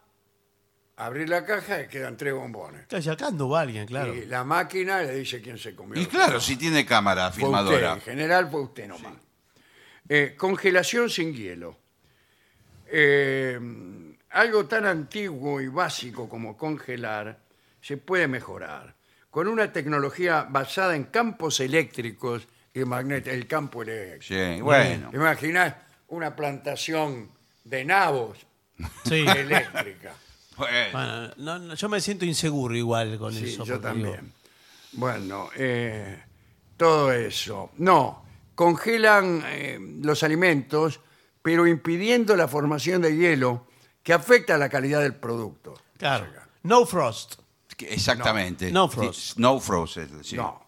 S1: a abrir la caja, quedan tres bombones.
S2: Claro, y acá anduvo alguien, claro.
S1: Y la máquina le dice quién se comió.
S3: Y claro, si tiene cámara
S1: Fue usted,
S3: filmadora.
S1: en general fue usted nomás. Eh, congelación sin hielo. Eh, algo tan antiguo y básico como congelar se puede mejorar con una tecnología basada en campos eléctricos y magnéticos. El campo eléctrico.
S3: Sí, bueno.
S1: ¿Te imaginas una plantación de nabos
S2: Sí.
S1: eléctrica?
S3: Bueno.
S2: Bueno, no, no, yo me siento inseguro igual con
S1: Sí,
S2: eso.
S1: yo
S2: porque digo,
S1: también. Bueno, eh, todo eso. No, congelan eh, los alimentos, pero impidiendo la formación de hielo que afecta la calidad del producto.
S2: claro. No frost.
S3: Que- Exactamente.
S2: No, no frost.
S3: Sí, No frost, sí.
S1: No.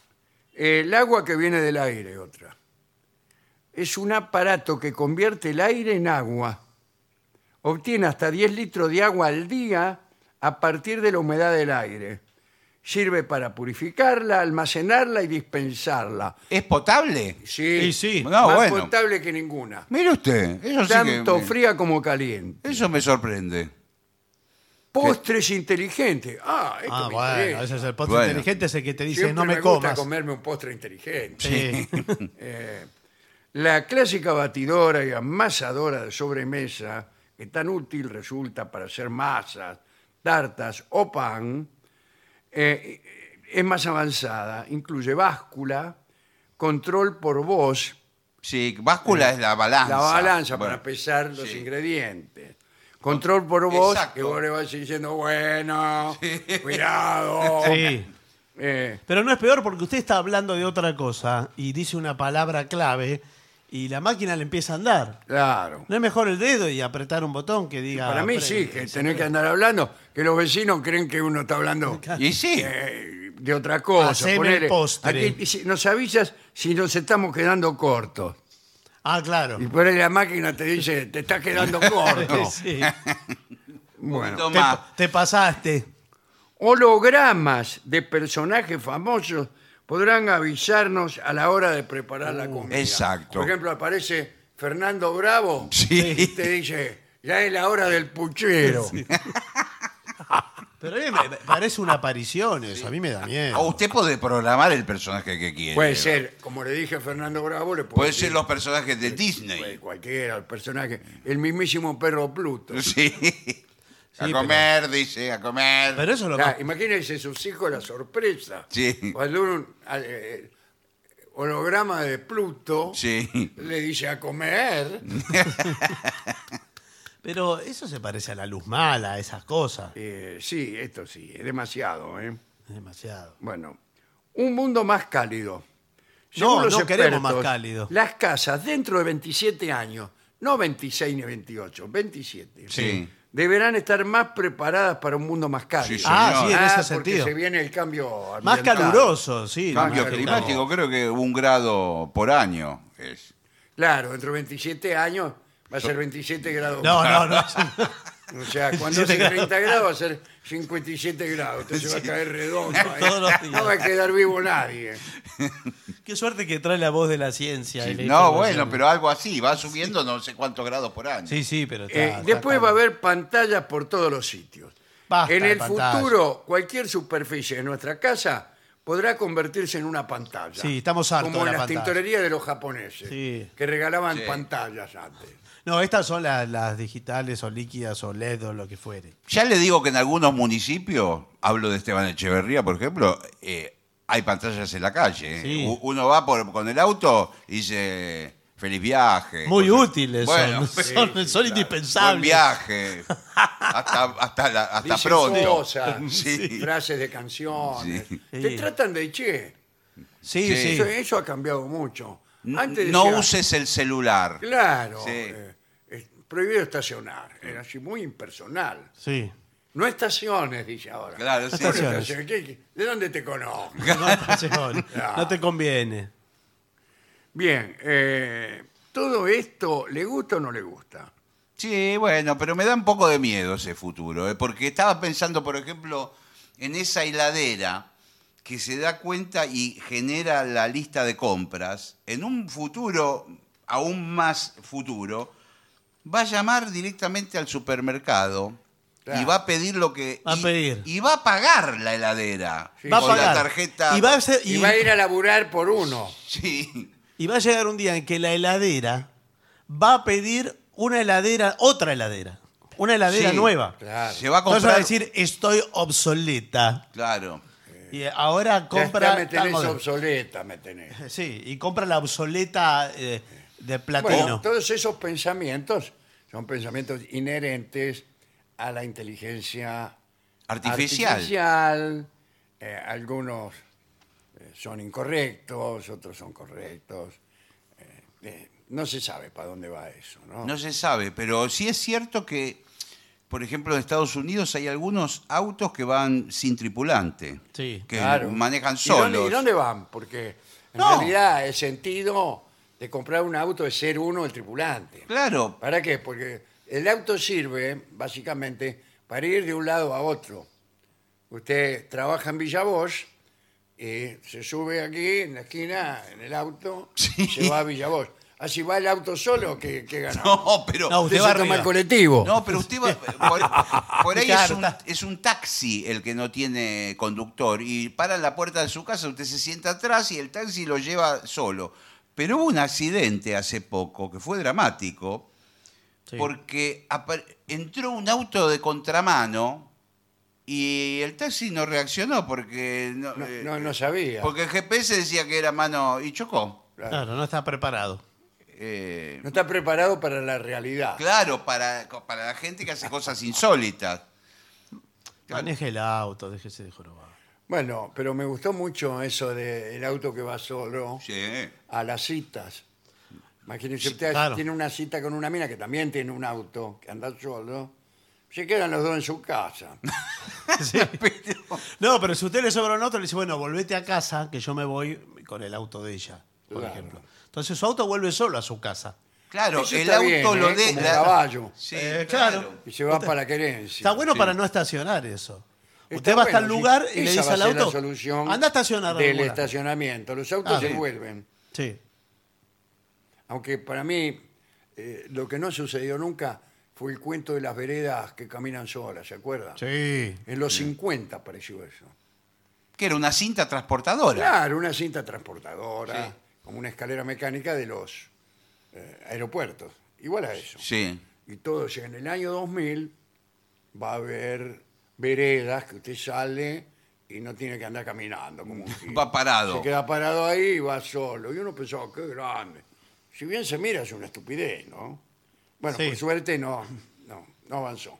S1: Eh, El agua que viene del aire, otra. Es un aparato que convierte el aire en agua. Obtiene hasta 10 litros de agua al día a partir de la humedad del aire. Sirve para purificarla, almacenarla y dispensarla.
S3: ¿Es potable?
S1: Sí,
S2: Y sí.
S3: No,
S1: más
S3: bueno.
S1: potable que ninguna.
S3: Mire usted, eso sí que
S1: Tanto
S3: me-
S1: fría como caliente.
S3: Eso me sorprende.
S1: Postres inteligentes. Ah, esto
S2: Ah,
S1: me
S2: bueno,
S1: interesa.
S2: ese es el postre
S3: Bueno.
S2: inteligente, es el que te dice
S1: Siempre
S2: no me,
S1: me gusta
S2: comas.
S1: comerme un postre inteligente.
S2: Sí.
S1: La clásica batidora y amasadora de sobremesa, que tan útil resulta para hacer masas, tartas o pan, eh, es más avanzada. Incluye báscula, control por voz,
S3: Sí, báscula es la balanza.
S1: la balanza
S3: Bueno,
S1: para pesar los
S3: sí.
S1: ingredientes. Control por voz,
S3: Exacto.
S1: que vos le vas diciendo, bueno, cuidado.
S2: Sí.
S1: Eh,
S2: Pero no es peor porque usted está hablando de otra cosa y dice una palabra clave y la máquina le empieza a andar.
S1: claro.
S2: ¿No es mejor el dedo y apretar un botón que diga...
S1: Para mí
S2: pre-
S1: sí, que tenés que andar hablando, que los vecinos creen que uno está hablando
S3: Y sí,
S1: eh, de otra cosa.
S2: Haceme el
S1: ponele.
S2: postre.
S1: Aquí dice, nos avisas si nos estamos quedando cortos.
S2: Ah, claro.
S1: Y por ahí la máquina te dice, te estás quedando corto.
S2: Sí.
S1: bueno.
S2: Te,
S3: toma.
S2: te pasaste.
S1: Hologramas de personajes famosos podrán avisarnos a la hora de preparar
S2: Uh,
S1: la comida.
S3: exacto.
S1: Por ejemplo, aparece Fernando Bravo
S3: Sí.
S1: y te dice, ya es la hora del puchero.
S2: Pero a mí me- me parece una aparición eso, a mí me da
S3: Ah,
S2: miedo.
S3: usted puede programar el personaje que quiere.
S1: Puede ser, como le dije a Fernando Bravo, le puede,
S3: Puede ser los personajes de Disney.
S1: cualquiera, el personaje, el mismísimo perro Pluto.
S3: Sí. A
S2: Sí,
S3: comer, dice, a comer.
S2: Pero eso es lo
S1: Ah,
S2: más...
S1: imagínense sus hijos la sorpresa.
S3: Sí.
S1: Cuando un eh, holograma de Pluto
S3: Sí.
S1: le dice a comer,
S2: Pero eso se parece a la luz mala, a esas cosas.
S1: eh, sí, esto sí, es demasiado. ¿eh?
S2: Es demasiado.
S1: Bueno, un mundo más cálido.
S2: No,
S1: Según los
S2: no queremos más
S1: expertos,
S2: cálido.
S1: Las casas dentro de 27 años, no 26 ni 28, 27,
S3: Sí.
S1: deberán estar más preparadas para un mundo más cálido.
S3: Sí,
S2: Ah,
S3: señor.
S2: sí, en
S1: Ah,
S2: ese
S1: porque
S2: sentido.
S1: se viene el cambio
S2: Más
S1: ambiental.
S2: caluroso, sí.
S3: Cambio
S2: más
S3: climático, creo que un grado por año es.
S1: Claro, dentro de 27 años va a ser 27 grados.
S2: No, no, no.
S1: O sea, cuando hace
S2: 27
S1: 30 grados va a ser 57 grados. Entonces va a caer redondo. ahí.
S2: Todos los días.
S1: No va a quedar vivo nadie.
S2: Qué suerte que trae la voz de la ciencia. y la
S3: No,
S2: información.
S3: bueno, pero algo así, va subiendo no sé cuántos grados por año.
S2: Sí, sí, pero está-
S1: Eh,
S2: está
S1: después va a
S2: claro.
S1: haber pantallas por todos los sitios.
S2: Basta
S1: en
S2: de
S1: el
S2: pantallas.
S1: futuro, cualquier superficie de nuestra casa podrá convertirse en una pantalla.
S2: Sí, estamos hartos
S1: Como
S2: de
S1: en
S2: la
S1: las
S2: pantalla.
S1: tintorerías de los japoneses,
S2: Sí.
S1: que regalaban
S3: Sí.
S1: pantallas antes.
S2: No, estas son las, las digitales o líquidas o LED o lo que fuere.
S3: Ya le digo que en algunos municipios, hablo de Esteban Echeverría, por ejemplo, eh, hay pantallas en la calle. ¿eh?
S2: Sí.
S3: U- Uno va por- con el auto y dice, feliz viaje.
S2: Muy
S3: Cosas-
S2: útiles
S3: Bueno,
S2: son, son,
S3: sí,
S1: sí,
S2: son
S1: claro.
S3: buen
S2: indispensables.
S3: viaje. Hasta, hasta, la- hasta
S1: Dicen
S3: pronto.
S1: cosas,
S3: Sí.
S1: frases de canciones.
S3: Sí.
S1: Te
S2: Sí.
S1: tratan de che.
S2: Sí,
S3: Sí.
S2: sí.
S1: Eso, eso ha cambiado mucho. Antes
S3: no
S1: decía,
S3: uses el celular.
S1: Claro.
S3: Sí.
S1: eh, eh, prohibido estacionar. Era así muy impersonal.
S2: sí.
S1: No estaciones, dice ahora.
S3: Claro, sí.
S1: No
S2: Estaciones.
S1: estaciones. ¿Qué- qué- ¿De dónde te conozco?
S2: No, señor, no te conviene.
S1: Bien, eh, todo esto, ¿le gusta o no le gusta?
S3: Sí, bueno, pero me da un poco de miedo ese futuro, ¿eh? porque estaba pensando, por ejemplo, en esa heladera que se da cuenta y genera la lista de compras, en un futuro, aún más futuro, va a llamar directamente al supermercado y
S1: Claro.
S3: va a pedir lo que...
S2: Va a
S3: y-
S2: pedir.
S3: Y, va a pagar la heladera
S1: Sí.
S2: va a
S3: con
S2: pagar.
S3: la tarjeta.
S2: Y va a, ser- y-
S1: Y va a ir a laburar por uno.
S3: Sí,
S2: y va a llegar un día en que la heladera va a pedir una heladera, otra heladera. Una heladera
S3: Sí.
S2: nueva.
S1: Claro.
S3: Se va a
S2: Entonces va
S3: comprar...
S2: a decir, estoy obsoleta.
S3: Claro.
S2: Y ahora
S1: ya
S2: compra.
S1: está, me
S2: tal
S1: tenés
S2: modelo.
S1: obsoleta, me tenés.
S2: Sí, y compra la obsoleta eh, de
S1: Bueno,
S2: platino.
S1: todos esos pensamientos son pensamientos inherentes a la inteligencia
S3: Artificial.
S1: artificial. Eh, algunos eh, son incorrectos, otros son correctos. Eh, eh, no se sabe para dónde va eso, ¿no?
S3: No se sabe, pero sí es cierto que, por ejemplo, en Estados Unidos hay algunos autos que van sin tripulante.
S2: Sí.
S3: Que
S1: Claro.
S3: manejan
S1: ¿Y dónde-
S3: solos.
S1: ¿Y dónde van? Porque en
S3: No.
S1: realidad el sentido de comprar un auto es ser uno el tripulante.
S3: Claro,
S1: ¿Para qué? Porque el auto sirve, básicamente, para ir de un lado a otro. Usted trabaja en Villa Bosch, eh, se sube aquí en la esquina, en el auto,
S3: Sí.
S1: se va a Villa Bosch. Así va el auto solo, que, que gana.
S3: no, pero.
S2: No, usted
S1: usted
S2: va
S1: se toma el
S2: arriba.
S1: colectivo.
S3: No, pero usted va. Por, por ahí es
S2: Claro,
S3: un,
S2: está.
S3: es un taxi el que no tiene conductor. Y para en la puerta de su casa, usted se sienta atrás y el taxi lo lleva solo. Pero hubo un accidente hace poco que fue dramático.
S2: Sí.
S3: porque apar- entró un auto de contramano y el taxi no reaccionó porque no,
S1: No,
S3: eh,
S1: no, no sabía.
S3: porque el GPS decía que era mano y chocó.
S2: Claro, no está preparado.
S3: Eh,
S1: No está preparado para la realidad.
S3: claro, para, para la gente que hace cosas insólitas. Claro.
S2: Maneje el auto, déjese de jorobar.
S1: Bueno, pero me gustó mucho eso del auto que va solo
S3: Sí. eh.
S1: a las citas. Imagínense, usted
S2: claro.
S1: tiene una cita con una mina que también tiene un auto, que anda solo. Se quedan los dos en su casa.
S2: No, pero si usted le sobra un auto, le dice, bueno, volvete a casa, que yo me voy con el auto de ella, por
S1: Claro.
S2: ejemplo. Entonces su auto vuelve solo a su casa.
S3: Claro,
S1: Eso
S3: el
S1: está
S3: auto
S1: bien,
S3: lo
S1: ¿eh?
S3: de
S1: Como caballo.
S3: Sí,
S2: Eh,
S3: claro.
S2: claro.
S1: Y se va para la querencia.
S2: Está bueno
S3: Sí.
S2: para no estacionar eso.
S1: Está
S2: usted va hasta el
S1: bueno, sí.
S2: lugar y le
S1: Esa
S2: dice
S1: va a
S2: al
S1: ser
S2: auto,
S1: la solución
S2: anda a estacionar. a
S1: Del
S2: algún lugar".
S1: estacionamiento. Los autos
S2: Ah,
S1: se
S2: sí.
S1: vuelven.
S2: Sí.
S1: Aunque para mí eh, lo que no sucedió nunca fue el cuento de las veredas que caminan solas, ¿se acuerda?
S2: Sí.
S1: En los 50 pareció eso.
S3: Que era una cinta transportadora.
S1: Claro, una cinta transportadora,
S3: Sí.
S1: como una escalera mecánica de los eh, aeropuertos. Igual a eso.
S3: Sí.
S1: Y todo, eso. en el año 2000 va a haber veredas que usted sale y no tiene que andar caminando. Como un gil.
S3: Va parado.
S1: Se queda parado ahí y va solo. Y uno pensó, qué grande. Si bien se mira, es una estupidez, ¿no? Bueno,
S2: Sí.
S1: por suerte no, no, no avanzó.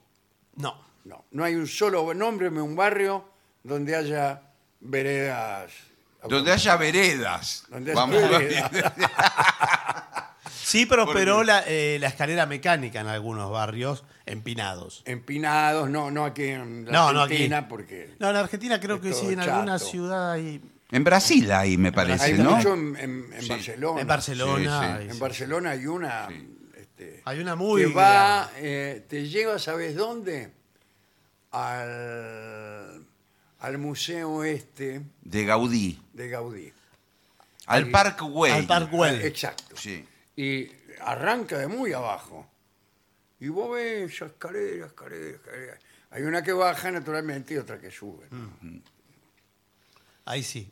S2: No.
S1: No, no hay un solo, nómbreme un barrio donde haya veredas.
S3: Donde haya veredas.
S1: Donde haya
S3: Vamos a-
S1: veredas.
S2: Sí prosperó la, eh, la escalera mecánica en algunos barrios empinados.
S1: empinados, no, no aquí en la
S2: No, no
S1: Argentina,
S2: aquí.
S1: porque
S2: No, en Argentina creo
S1: Es
S2: que sí,
S1: todo
S2: en alguna
S1: chato.
S2: ciudad hay...
S3: En Brasil ahí, me parece,
S1: hay
S3: ¿no?
S1: mucho en, en- en
S3: Sí.
S1: Barcelona.
S2: En Barcelona.
S3: Sí, sí.
S2: hay-
S1: En Barcelona hay una este,
S2: Hay una muy
S1: que va, eh, te lleva, ¿sabes dónde? Al, al museo este
S3: De Gaudí.
S1: de Gaudí.
S3: Al Parkway.
S2: Al Parkway.
S1: Exacto.
S3: Sí.
S1: Y arranca de muy abajo. Y vos ves escaleras, escaleras, escaleras. Hay una que baja naturalmente y otra que sube.
S2: Mm. Ahí sí.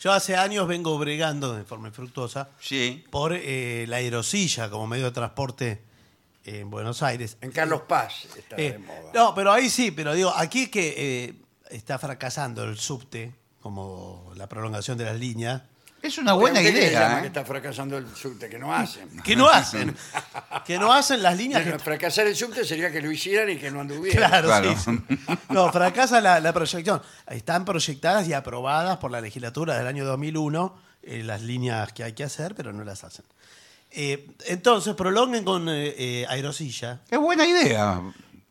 S2: Yo hace años vengo bregando de forma infructuosa
S3: Sí.
S2: por eh, la aerosilla como medio de transporte en Buenos Aires.
S1: En Carlos Paz está
S2: Eh,
S1: de moda.
S2: no, pero ahí sí, pero digo, aquí es que eh, está fracasando el subte, como la prolongación de las líneas,
S3: Es una
S1: Pero
S3: buena
S1: usted que le llama
S3: idea.
S1: Que
S3: ¿eh?
S1: está fracasando el subte, que no hacen.
S2: que no hacen, que no hacen las líneas que
S1: Bueno, fracasar el subte sería que lo hicieran y que no anduvieran.
S2: Claro,
S3: Claro.
S2: sí, sí. No, fracasa la, la proyección. Están proyectadas y aprobadas por la legislatura del año 2001 eh, las líneas que hay que hacer, pero no las hacen. Eh, entonces, prolonguen con eh, eh, aerosilla
S3: Es buena idea.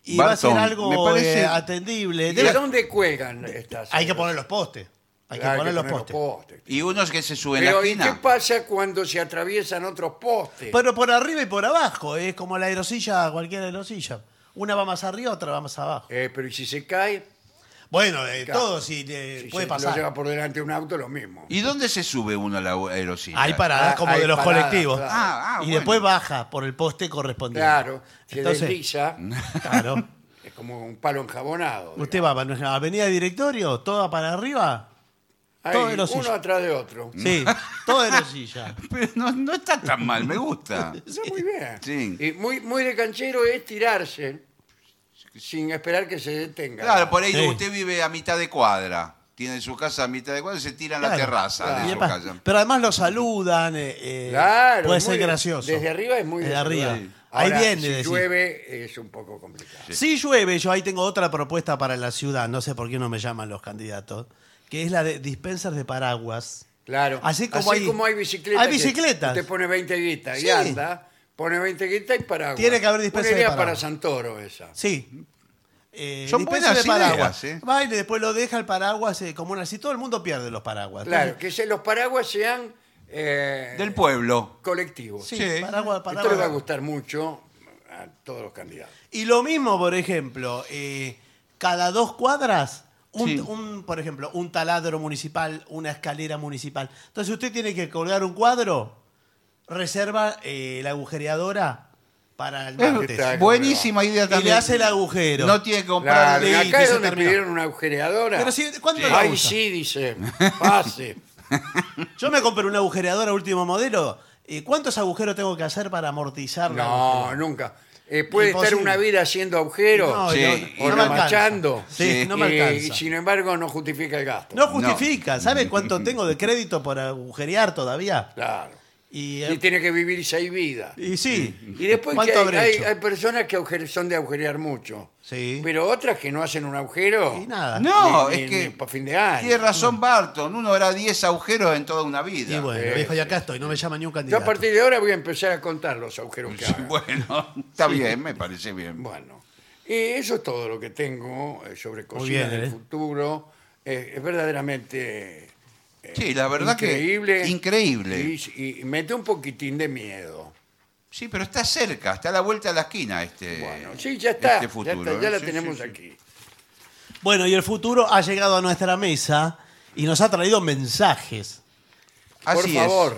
S2: y
S3: Barton.
S2: va a ser algo
S3: Me parece-
S2: eh, atendible.
S1: ¿Y
S2: Debe-
S1: ¿De dónde cuelgan estas?
S2: hay que poner los postes. Hay que
S1: Claro,
S2: poner los
S1: poner
S2: postes.
S3: Y unos que se suben
S1: Pero
S3: la
S1: ¿y qué
S3: esquina.
S1: pasa cuando se atraviesan otros postes?
S2: Pero por arriba y por abajo. eh, Es como la aerosilla, cualquier aerosilla. Una va más arriba, otra va más abajo.
S1: Eh, pero ¿y si se cae?
S2: Bueno, eh,
S1: Claro.
S2: todo sí, eh,
S1: Si
S2: puede
S1: se
S2: pasar.
S1: lo lleva por delante un auto, lo mismo.
S3: ¿Y dónde se sube uno a la aerosilla?
S2: Hay paradas
S1: Ah,
S2: como
S1: hay
S2: de los
S1: paradas,
S2: colectivos.
S1: claro.
S3: Ah, ah,
S2: y
S3: bueno.
S2: después baja por el poste correspondiente.
S1: Claro, se
S2: Entonces,
S1: desliza,
S2: Claro.
S1: es como un palo enjabonado.
S2: Usted va para nuestra avenida directorio, toda para arriba.
S1: Ahí,
S2: todo de los
S1: uno
S2: suyos.
S1: atrás de otro.
S2: Sí, toda erosilla.
S3: Pero no, no está tan mal, me gusta.
S1: Está muy bien.
S3: Sí.
S1: Y muy, muy de canchero es tirarse sin esperar que se detenga.
S3: Claro, por ahí
S2: Sí.
S3: usted vive a mitad de cuadra. Tiene su casa a mitad de cuadra y se tira en la
S2: Claro.
S3: terraza
S1: Claro.
S3: de
S2: Y
S3: su
S2: epa,
S3: casa.
S2: Pero además lo saludan. eh, eh,
S1: Claro,
S2: puede
S1: es
S2: ser
S1: muy-
S2: gracioso.
S1: Desde arriba es muy
S2: Desde
S1: de
S2: arriba.
S1: saludar.
S2: Ahí
S1: Ahora,
S2: viene,
S1: Si
S2: decís.
S1: llueve es un poco complicado.
S2: Si llueve, yo ahí tengo otra propuesta para la ciudad. No sé por qué no me llaman los candidatos. Que es la de dispensers de paraguas.
S1: Claro.
S2: Así como hay-
S1: bicicletas.
S2: hay
S1: que
S2: bicicletas.
S1: Usted pone 20 guitas y
S2: Sí.
S1: anda, pone 20 guitas y paraguas.
S2: Tiene que haber dispensa
S1: Una
S2: de
S1: idea
S2: paraguas.
S1: para Santoro esa.
S2: Sí. Eh,
S3: Son
S2: dispensa
S3: buenas
S2: de paraguas.
S3: ideas, ¿eh?
S2: Va y después lo deja el paraguas eh, como una. Si todo el mundo pierde los paraguas.
S1: Claro,
S2: Entonces,
S1: que se- los paraguas sean eh,
S3: Del pueblo.
S1: colectivos.
S2: sí,
S3: Sí.
S2: paraguas,
S1: Esto le va a
S2: paraguas.
S1: gustar mucho a todos los candidatos.
S2: Y lo mismo, por ejemplo, eh, cada dos cuadras, un,
S3: Sí.
S2: un, por ejemplo, un taladro municipal, una escalera municipal. Entonces usted tiene que colgar un cuadro, reserva eh, la agujereadora para el
S3: Es
S2: martes.
S1: Está
S3: buenísima idea
S2: Y
S3: también.
S2: le hace el agujero.
S3: No tiene que
S1: Claro,
S3: comprar.
S2: le-
S1: acá es
S2: se
S1: donde
S2: terminó.
S1: pidieron una agujereadora.
S2: Pero si, ¿cuándo la
S1: Ay,
S2: usa?
S1: sí, dice. Pase.
S2: Yo me compré una agujereadora último modelo. eh, ¿Cuántos agujeros tengo que hacer para amortizar la
S1: No,
S2: agujereadora?
S1: nunca. Eh, puede estar
S2: Imposible.
S1: una vida haciendo agujeros
S2: No,
S3: Sí,
S2: no,
S1: o
S2: no me alcanza.
S1: remachando.
S2: Sí,
S3: Sí.
S2: no me
S1: y,
S2: alcanza.
S1: y sin embargo no justifica el gasto.
S2: No justifica. ¿Sabe cuánto tengo de crédito por agujerear todavía?
S1: Claro.
S2: Y,
S1: Y
S2: eh,
S1: tiene que vivir seis vidas.
S2: y sí.
S1: Y después que
S2: ¿Cuánto
S1: hay,
S2: habré
S1: hay-
S2: hecho?
S1: hay personas que agujere- son de agujerear mucho.
S2: Sí.
S1: Pero otras que no hacen un agujero.
S2: Y nada.
S3: No,
S1: ni-
S3: es
S1: ni-
S3: que.
S1: ni pa' fin de año.
S3: Tiene razón Barton. Uno hará 10 agujeros en toda una vida.
S2: Y bueno,
S1: Eh,
S2: viejo, y acá estoy, no me llama ni un
S1: Yo
S2: candidato.
S1: a partir de ahora voy a empezar a contar los agujeros que haga.
S3: Bueno, está bien, me parece bien.
S1: Bueno, eh, eso es todo lo que tengo eh, sobre cocina
S2: bien,
S1: del
S2: ¿eh?
S1: futuro. Eh, es verdaderamente eh,
S3: Sí, la verdad que
S1: increíble.
S3: increíble.
S1: Y, y mete un poquitín de miedo.
S3: Sí, pero está cerca, está a la vuelta de la esquina este.
S1: Bueno, sí, ya está.
S3: este futuro,
S1: ya, está, ya
S3: ¿eh?
S1: la
S3: Sí,
S1: tenemos
S3: sí, sí.
S1: aquí.
S2: Bueno, y el futuro ha llegado a nuestra mesa y nos ha traído mensajes
S1: Por
S3: Así es.
S1: favor.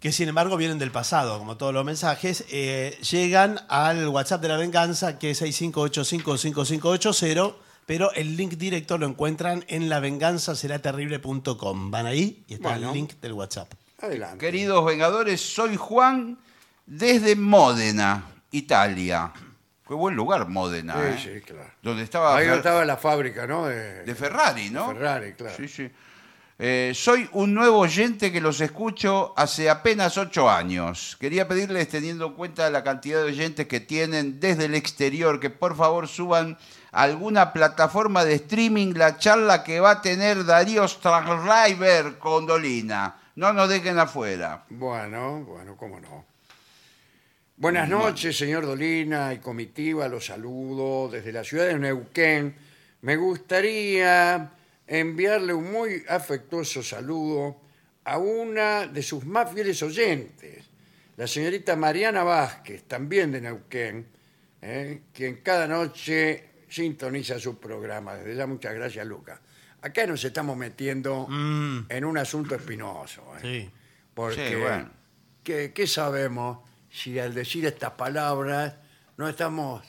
S2: que sin embargo vienen del pasado, como todos los mensajes, eh, llegan al WhatsApp de la venganza que es 65855580, pero el link directo lo encuentran en lavenganzaseraterrible.com. Van ahí y está
S1: Bueno.
S2: el link del WhatsApp.
S1: Adelante.
S3: Queridos Vengadores, soy Juan desde Módena, Italia. Qué buen lugar Módena.
S1: Sí,
S3: ¿eh?
S1: sí, claro.
S3: Donde estaba,
S1: Ahí
S3: Fer-
S1: estaba la fábrica, ¿no? De,
S3: de Ferrari, ¿no?
S1: Ferrari, claro.
S3: Sí, sí. Eh, soy un nuevo oyente que los escucho hace apenas ocho años. Quería pedirles, teniendo en cuenta la cantidad de oyentes que tienen desde el exterior, que por favor suban a alguna plataforma de streaming la charla que va a tener Darío Strangriver con Dolina. No nos dejen afuera.
S1: Bueno, bueno, cómo no. Buenas noches, señor Dolina y comitiva, los saludo desde la ciudad de Neuquén. Me gustaría enviarle un muy afectuoso saludo a una de sus más fieles oyentes, la señorita Mariana Vázquez, también de Neuquén, ¿eh? quien cada noche sintoniza su programa. Desde ya muchas gracias, Lucas. Acá nos estamos metiendo
S2: Mm.
S1: en un asunto espinoso. ¿eh?
S2: Sí.
S1: Porque,
S3: Sí, bueno.
S1: ¿qué, qué sabemos si al decir estas palabras no estamos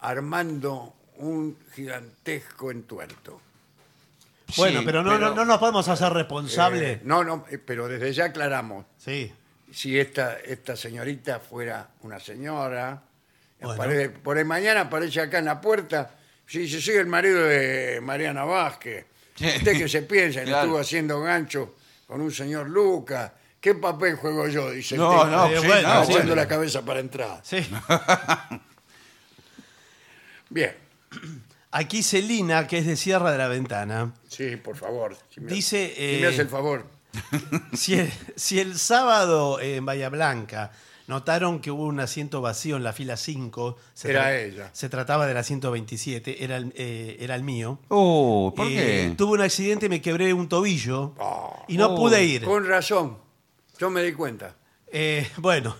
S1: armando un gigantesco entuerto.
S2: Bueno,
S3: Sí,
S2: pero, no, no, no nos podemos hacer responsables.
S1: Eh, no, no, eh, pero desde ya aclaramos.
S2: sí.
S1: Si esta, esta señorita fuera una señora,
S2: Bueno.
S1: aparece- por el mañana aparece acá en la puerta, si dice, soy el marido de Mariana Vázquez.
S3: Sí.
S1: Usted que se piensa que
S3: Claro.
S1: estuvo haciendo gancho con un señor Lucas, ¿qué papel juego yo? Dice el
S3: No,
S1: tipo,
S3: no,
S2: Eh,
S3: sí,
S2: bueno,
S3: no,
S1: agachando
S2: sí.
S3: bueno.
S1: la cabeza para entrar.
S2: Sí.
S1: Bien,
S2: Aquí Celina, que es de Sierra de la Ventana,
S1: sí, por favor. si me-
S2: Dice,
S1: si
S2: eh,
S1: me hace el favor.
S2: si el, si el sábado eh, en Bahía Blanca notaron que hubo un asiento vacío en la fila 5, se
S1: Era
S2: tra-
S1: ella.
S2: Se trataba del asiento 27, era el, eh, era el mío.
S3: Uh, ¿por
S2: Eh,
S3: qué?
S2: Tuve un accidente, me quebré un tobillo
S1: Ah.
S2: y no
S3: Oh.
S2: pude ir.
S1: Con razón, yo me di cuenta.
S2: Eh, bueno,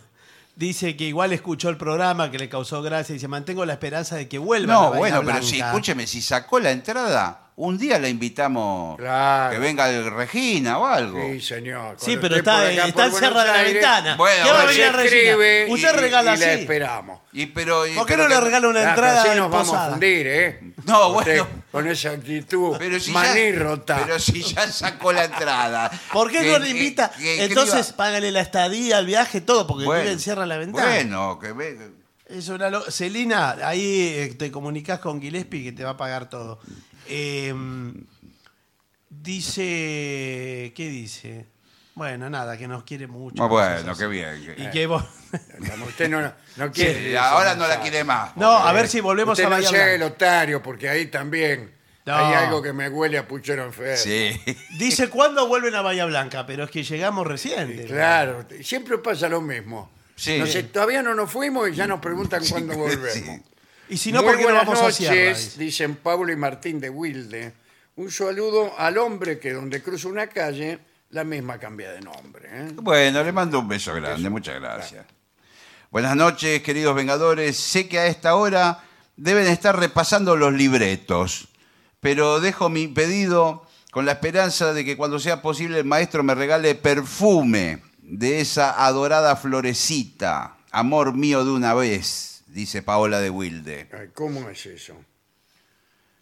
S2: dice que igual escuchó el programa que le causó gracia y dice, mantengo la esperanza de que vuelva. a la
S3: No,
S2: Bahía
S3: bueno,
S2: Blanca".
S3: pero si, escúcheme, si sacó la entrada, un día la invitamos
S1: Claro.
S3: que venga el Regina o algo.
S1: Sí, señor.
S2: Sí,
S1: cuando
S2: pero
S1: esté por
S2: está, eh,
S1: acá, por
S2: está
S1: Buenos
S2: encerrada la
S1: Aires,
S2: ventana. ¿Qué
S3: Bueno,
S2: va a
S1: nos
S3: bueno.
S2: venir a
S1: escribe
S2: Regina?
S1: y-
S2: Usted regala
S1: y la
S2: así.
S1: esperamos.
S3: Y, pero, y-
S2: ¿Por qué no le
S3: que-
S2: regala una
S1: Claro, pero
S2: entrada
S1: así
S2: de
S1: nos vamos a
S2: posada?
S1: fundir, ¿eh?
S3: No,
S1: Usted,
S3: bueno.
S1: Con esa actitud
S3: Pero si,
S1: manírrota.
S3: ya, pero si ya sacó la entrada.
S2: ¿Por qué
S3: Que-
S2: no le
S3: que-
S2: invita?
S3: que
S2: Entonces
S3: escriba-
S2: págale la estadía, el viaje, todo, porque
S3: Bueno,
S2: vive en Sierra de la Ventana. Ah,
S3: Bueno, que ve-
S2: Es una lo- Celina, ahí eh, te comunicas con Gillespie que te va a pagar todo. Eh, dice. ¿Qué dice? Bueno, nada, que nos quiere mucho. cosas
S3: Ah, Bueno,
S2: así.
S3: qué bien.
S2: Y que vos-
S1: Como Usted no, no
S3: Sí,
S1: quiere. eso,
S3: ahora no la
S1: sabe.
S3: quiere más.
S2: No, a ver si volvemos
S1: Usted
S2: a
S1: no
S2: Bahía
S1: sea el
S2: Blanca.
S1: otario, porque ahí también
S2: No.
S1: hay algo que me huele a puchero enfermo.
S3: Sí.
S2: Dice cuándo vuelven a Bahía Blanca, pero es que llegamos reciente.
S1: Claro, siempre pasa lo mismo.
S3: Sí.
S1: No sé, todavía no nos fuimos y ya nos preguntan cuándo volvemos.
S3: sí.
S2: Y si no,
S1: Muy
S2: ¿por qué no
S1: buenas
S2: vamos a Sierra?
S1: noches,
S2: Dice.
S1: dicen Pablo y Martín de Wilde. Un saludo al hombre que donde cruza una calle, la misma cambia de nombre. ¿eh?
S3: Bueno, le mando un beso grande, muchas gracias. Buenas noches, queridos Vengadores. Sé que a esta hora deben estar repasando los libretos, pero dejo mi pedido con la esperanza de que cuando sea posible el maestro me regale perfume de esa adorada florecita. Amor mío de una vez, dice Paola de Wilde.
S1: Ay, ¿Cómo es eso?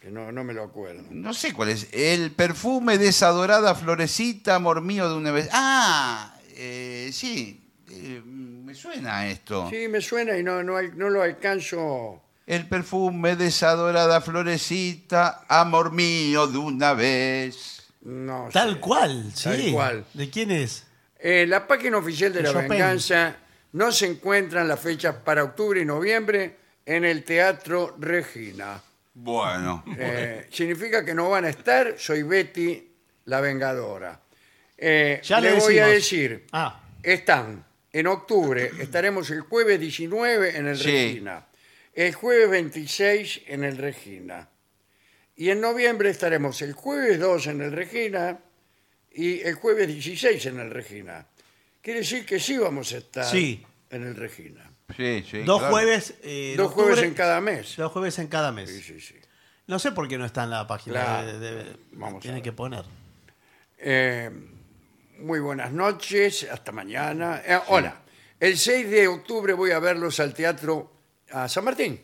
S1: Que no, no me lo acuerdo.
S3: No sé cuál es. El perfume de esa dorada florecita, amor mío de una vez. Ah, eh, sí. eh, me suena esto.
S1: Sí, me suena y no, no, al- no lo alcanzo.
S3: El perfume de esa dorada florecita, amor mío de una vez.
S1: No
S2: Tal
S1: sé.
S2: cual, sí.
S1: Tal cual.
S2: ¿De quién es?
S1: Eh, la página oficial de la
S2: Chopin.
S1: venganza no se encuentran las fechas para octubre y noviembre en el Teatro Regina.
S3: Bueno.
S1: Eh, significa que no van a estar. Soy Betty, la vengadora. Eh,
S2: Ya
S1: le
S2: le
S1: voy a
S2: decimos.
S1: decir,
S2: Ah.
S1: están en octubre, estaremos el jueves 19 en el
S3: Sí.
S1: Regina, el jueves 26 en el Regina, y en noviembre estaremos el jueves 2 en el Regina y el jueves 16 en el Regina. Quiere decir que sí vamos a estar
S2: Sí.
S1: en el Regina.
S3: Sí, sí,
S2: dos
S3: claro.
S2: jueves. eh, en
S1: Dos jueves
S2: octubre,
S1: en cada mes.
S2: Dos jueves en cada mes.
S1: Sí, sí, sí.
S2: No sé por qué no está en la página.
S1: Claro,
S2: de- de-
S1: vamos a
S2: tiene
S1: ver.
S2: que poner.
S1: Eh, muy buenas noches, hasta mañana. Eh, Hola, el 6 de octubre voy a verlos al teatro a San Martín.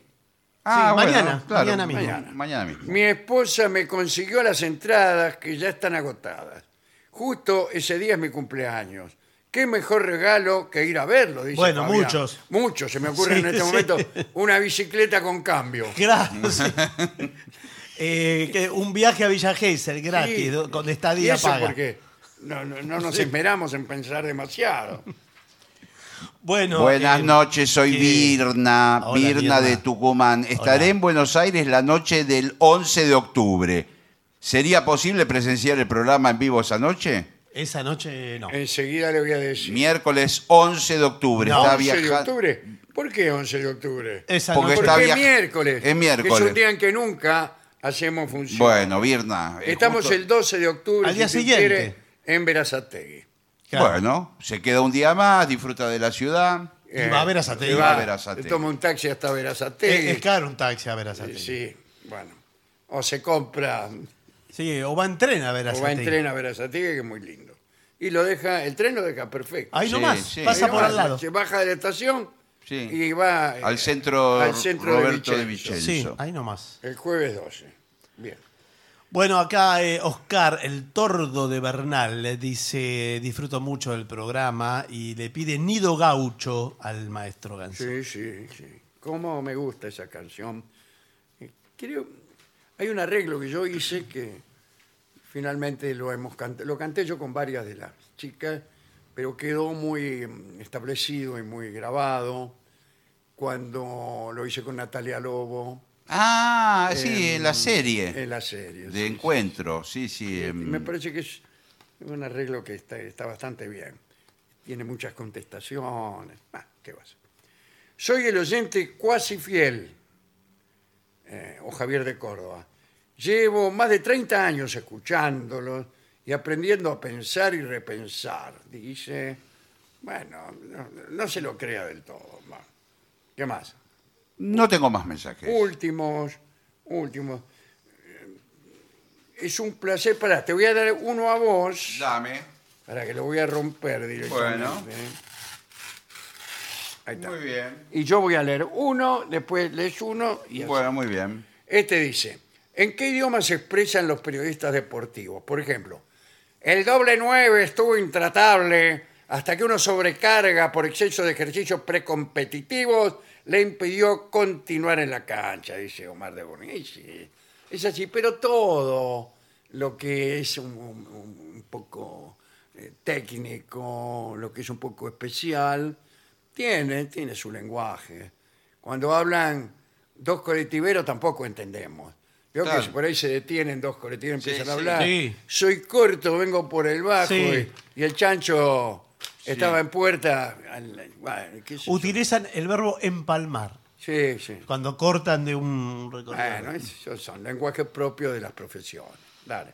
S3: Ah,
S2: Sí,
S3: bueno,
S2: mañana,
S3: claro,
S2: mañana mismo.
S3: Mañana, mañana mismo.
S1: Mi esposa me consiguió las entradas que ya están agotadas. Justo ese día es mi cumpleaños. Qué mejor regalo que ir a verlo, dice
S2: Bueno,
S1: Fabián.
S2: muchos.
S1: Muchos, se me ocurre
S2: Sí,
S1: en este
S2: sí.
S1: momento una bicicleta con cambio.
S2: Claro, sí. Eh, que un viaje a Villa Gesell gratis,
S1: Sí.
S2: do- con
S1: Y
S2: estadía
S1: eso
S2: paga.
S1: porque no, no- no nos esperamos en pensar demasiado.
S2: Bueno,
S3: Buenas
S2: eh,
S3: noches, soy
S2: que-
S3: Virna,
S2: Hola,
S3: Virna, de
S2: Virna.
S3: Tucumán. Estaré
S2: Hola.
S3: en Buenos Aires la noche del 11 de octubre. ¿Sería posible presenciar el programa en vivo esa noche?
S2: Esa noche no.
S1: Eh, Enseguida le voy a decir.
S3: Miércoles 11 de octubre.
S2: No,
S3: está
S1: 11 de
S3: viaja-
S1: octubre. ¿Por qué 11 de octubre?
S2: Esa noche.
S3: Porque
S1: Porque
S3: está
S1: es
S3: viaj-
S1: miércoles.
S3: es miércoles.
S1: que Es un día en que nunca hacemos función.
S3: Bueno, Virna. eh,
S1: Estamos
S3: justo-
S1: el 12 de octubre,
S2: Al día
S1: si usted
S2: siguiente.
S1: quiere, en Verazategui.
S2: Claro.
S3: Bueno, se queda un día más, disfruta de la ciudad.
S1: Eh,
S2: Y va a Verazategui.
S1: se
S3: Va a Verazategui.
S1: se Toma un taxi hasta Verazategui.
S2: Eh, es, es caro un taxi a Verazategui. Sí,
S1: Sí, bueno. O se compra,
S2: o va en tren a
S1: o va
S2: Verazategui.
S1: en tren a Verazategui, que es muy lindo. Y lo deja, el tren lo deja perfecto.
S2: Ahí
S3: Sí,
S2: nomás,
S3: sí.
S2: pasa
S1: Ahí
S2: por
S1: va,
S2: al lado.
S1: Se baja de la estación
S3: Sí.
S1: y va eh,
S3: al centro,
S1: al centro
S3: Roberto
S1: de
S3: de
S1: Vicenzo.
S3: Vicenzo.
S2: Sí, ahí nomás.
S1: el jueves 12. Bien.
S2: Bueno, acá eh, Oscar, el tordo de Bernal, le dice, disfruto mucho del programa y le pide nido gaucho al maestro Gansé.
S1: Sí, sí, sí. Cómo me gusta esa canción. Eh, Creo, hay un arreglo que yo hice que finalmente lo hemos cantado. Lo canté yo con varias de las chicas, pero quedó muy mm, establecido y muy grabado cuando lo hice con Natalia Lobo
S3: Ah,
S1: eh,
S3: sí, en la serie
S1: en la serie. sí,
S3: de encuentro. Sí, sí.
S1: sí. Este,
S3: em,
S1: Eh, Me parece que es un arreglo que está, está bastante bien. Tiene muchas contestaciones. Ah, ¿qué va a ser? Soy el oyente cuasi fiel, eh, o Javier de Córdoba. Llevo más de 30 años escuchándolos y aprendiendo a pensar y repensar. Dice, bueno, no, no se lo crea del todo. ma. ¿Qué más?
S3: No tengo más mensajes.
S1: últimos, últimos. Es un placer. Pará, te voy a dar uno a vos.
S3: Dame.
S1: Para que lo voy a romper directamente.
S3: Bueno.
S1: Ahí está.
S3: Muy bien.
S1: Y yo voy a leer uno, después lees uno y así.
S3: Bueno, muy bien.
S1: Este dice: ¿En qué idioma se expresan los periodistas deportivos? Por ejemplo, el doble 9 estuvo intratable hasta que una sobrecarga por exceso de ejercicios precompetitivos le impidió continuar en la cancha, dice Omar de Bonis. Y sí, Es así, pero todo lo que es un, un- un poco eh, técnico, lo que es un poco especial, tiene, tiene su lenguaje. Cuando hablan dos colectiveros tampoco entendemos. Yo que
S3: Claro.
S1: si por ahí se detienen dos colectiveros
S3: Sí,
S1: empiezan a
S3: sí.
S1: hablar.
S2: Sí.
S1: Soy corto, vengo por el bajo
S2: Sí.
S1: y, y el chancho estaba en puerta. al- bueno, qué sé yo.
S2: Utilizan el verbo empalmar
S1: Sí, sí.
S2: cuando cortan de un recorrido.
S1: Bueno, esos son lenguajes propios de las profesiones. Dale.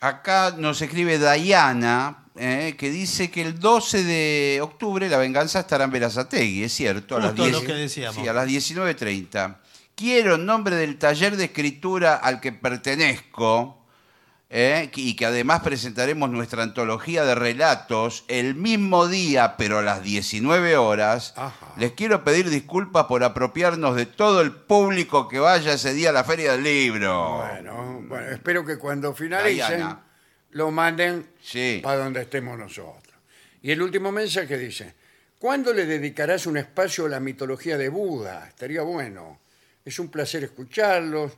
S3: Acá nos escribe Dayana, eh, que dice que el 12 de octubre la venganza estará en Verazategui, es cierto.
S2: Justo lo que decíamos.
S3: sí, a las 19.30. Quiero, en nombre del taller de escritura al que pertenezco, eh, y que además presentaremos nuestra antología de relatos el mismo día, pero a las 19 horas,
S1: Ajá.
S3: les quiero pedir disculpas por apropiarnos de todo el público que vaya ese día a la Feria del Libro.
S1: Bueno, bueno, espero que cuando finalicen
S3: Diana.
S1: lo manden
S3: Sí.
S1: para donde estemos nosotros. Y el último mensaje dice, ¿cuándo le dedicarás un espacio a la mitología de Buda? Estaría bueno. Es un placer escucharlos,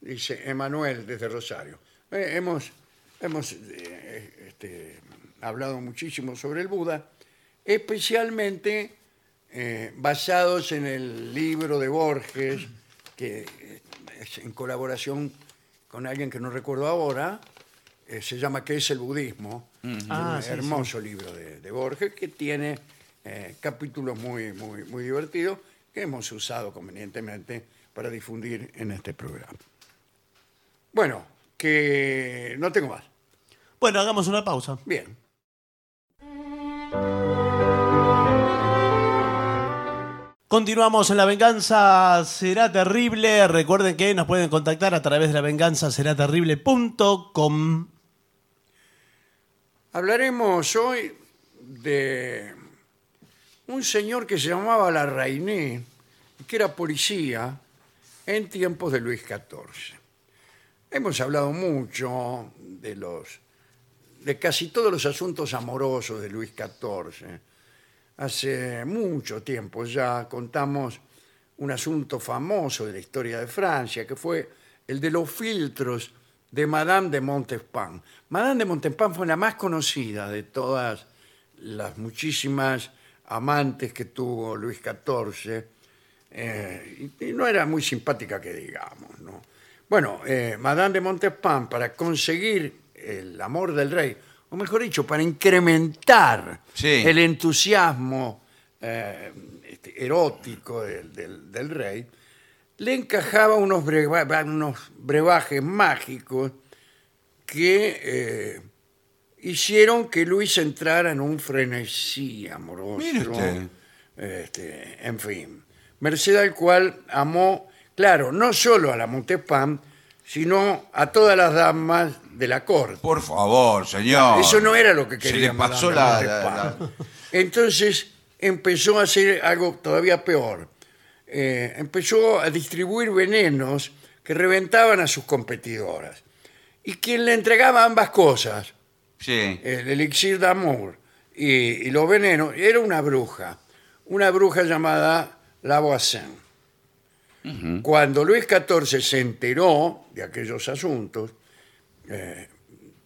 S1: dice Emanuel desde Rosario. Eh, hemos hemos eh, este, hablado muchísimo sobre el Buda, especialmente eh, basados en el libro de Borges, que eh, es en colaboración con alguien que no recuerdo ahora, eh, se llama ¿Qué es el budismo? Es
S2: Ah,
S1: un
S2: sí,
S1: hermoso libro de, de Borges que tiene eh, capítulos muy, muy, muy divertidos que hemos usado convenientemente para difundir en este programa. Bueno, que no tengo más.
S2: Bueno, hagamos una pausa.
S1: Bien.
S2: Continuamos en La Venganza Será Terrible. Recuerden que nos pueden contactar a través de lavenganzaseraterrible.com.
S1: Hablaremos hoy de un señor que se llamaba Larrainé, que era policía en tiempos de Luis XIV. Hemos hablado mucho de los de casi todos los asuntos amorosos de Luis XIV. Hace mucho tiempo ya contamos un asunto famoso de la historia de Francia, que fue el de los filtros de Madame de Montespan. Madame de Montespan fue la más conocida de todas las muchísimas amantes que tuvo Luis XIV, eh, y, y no era muy simpática que digamos, ¿no? Bueno, eh, Madame de Montespan, para conseguir el amor del rey, o mejor dicho, para incrementar
S3: Sí.
S1: el entusiasmo eh, este, erótico del, del- del rey, le encajaba unos, breva- unos brebajes mágicos que eh, hicieron que Luis entrara en un frenesí amoroso.
S3: Mire usted.
S1: Este, en fin, merced al cual amó, claro, no solo a la Montespan, sino a todas las damas de la corte.
S3: Por favor, señor.
S1: Eso no era lo que
S3: Se
S1: quería.
S3: le
S1: Madame
S3: pasó
S1: de
S3: la-
S1: Montespan.
S3: la- la-
S1: Entonces, empezó a hacer algo todavía peor. Eh, empezó a distribuir venenos que reventaban a sus competidoras. Y quien le entregaba ambas cosas,
S3: Sí.
S1: el elixir de amor y, y los venenos, era una bruja, una bruja llamada Lavoisin. Cuando Luis XIV se enteró de aquellos asuntos, eh,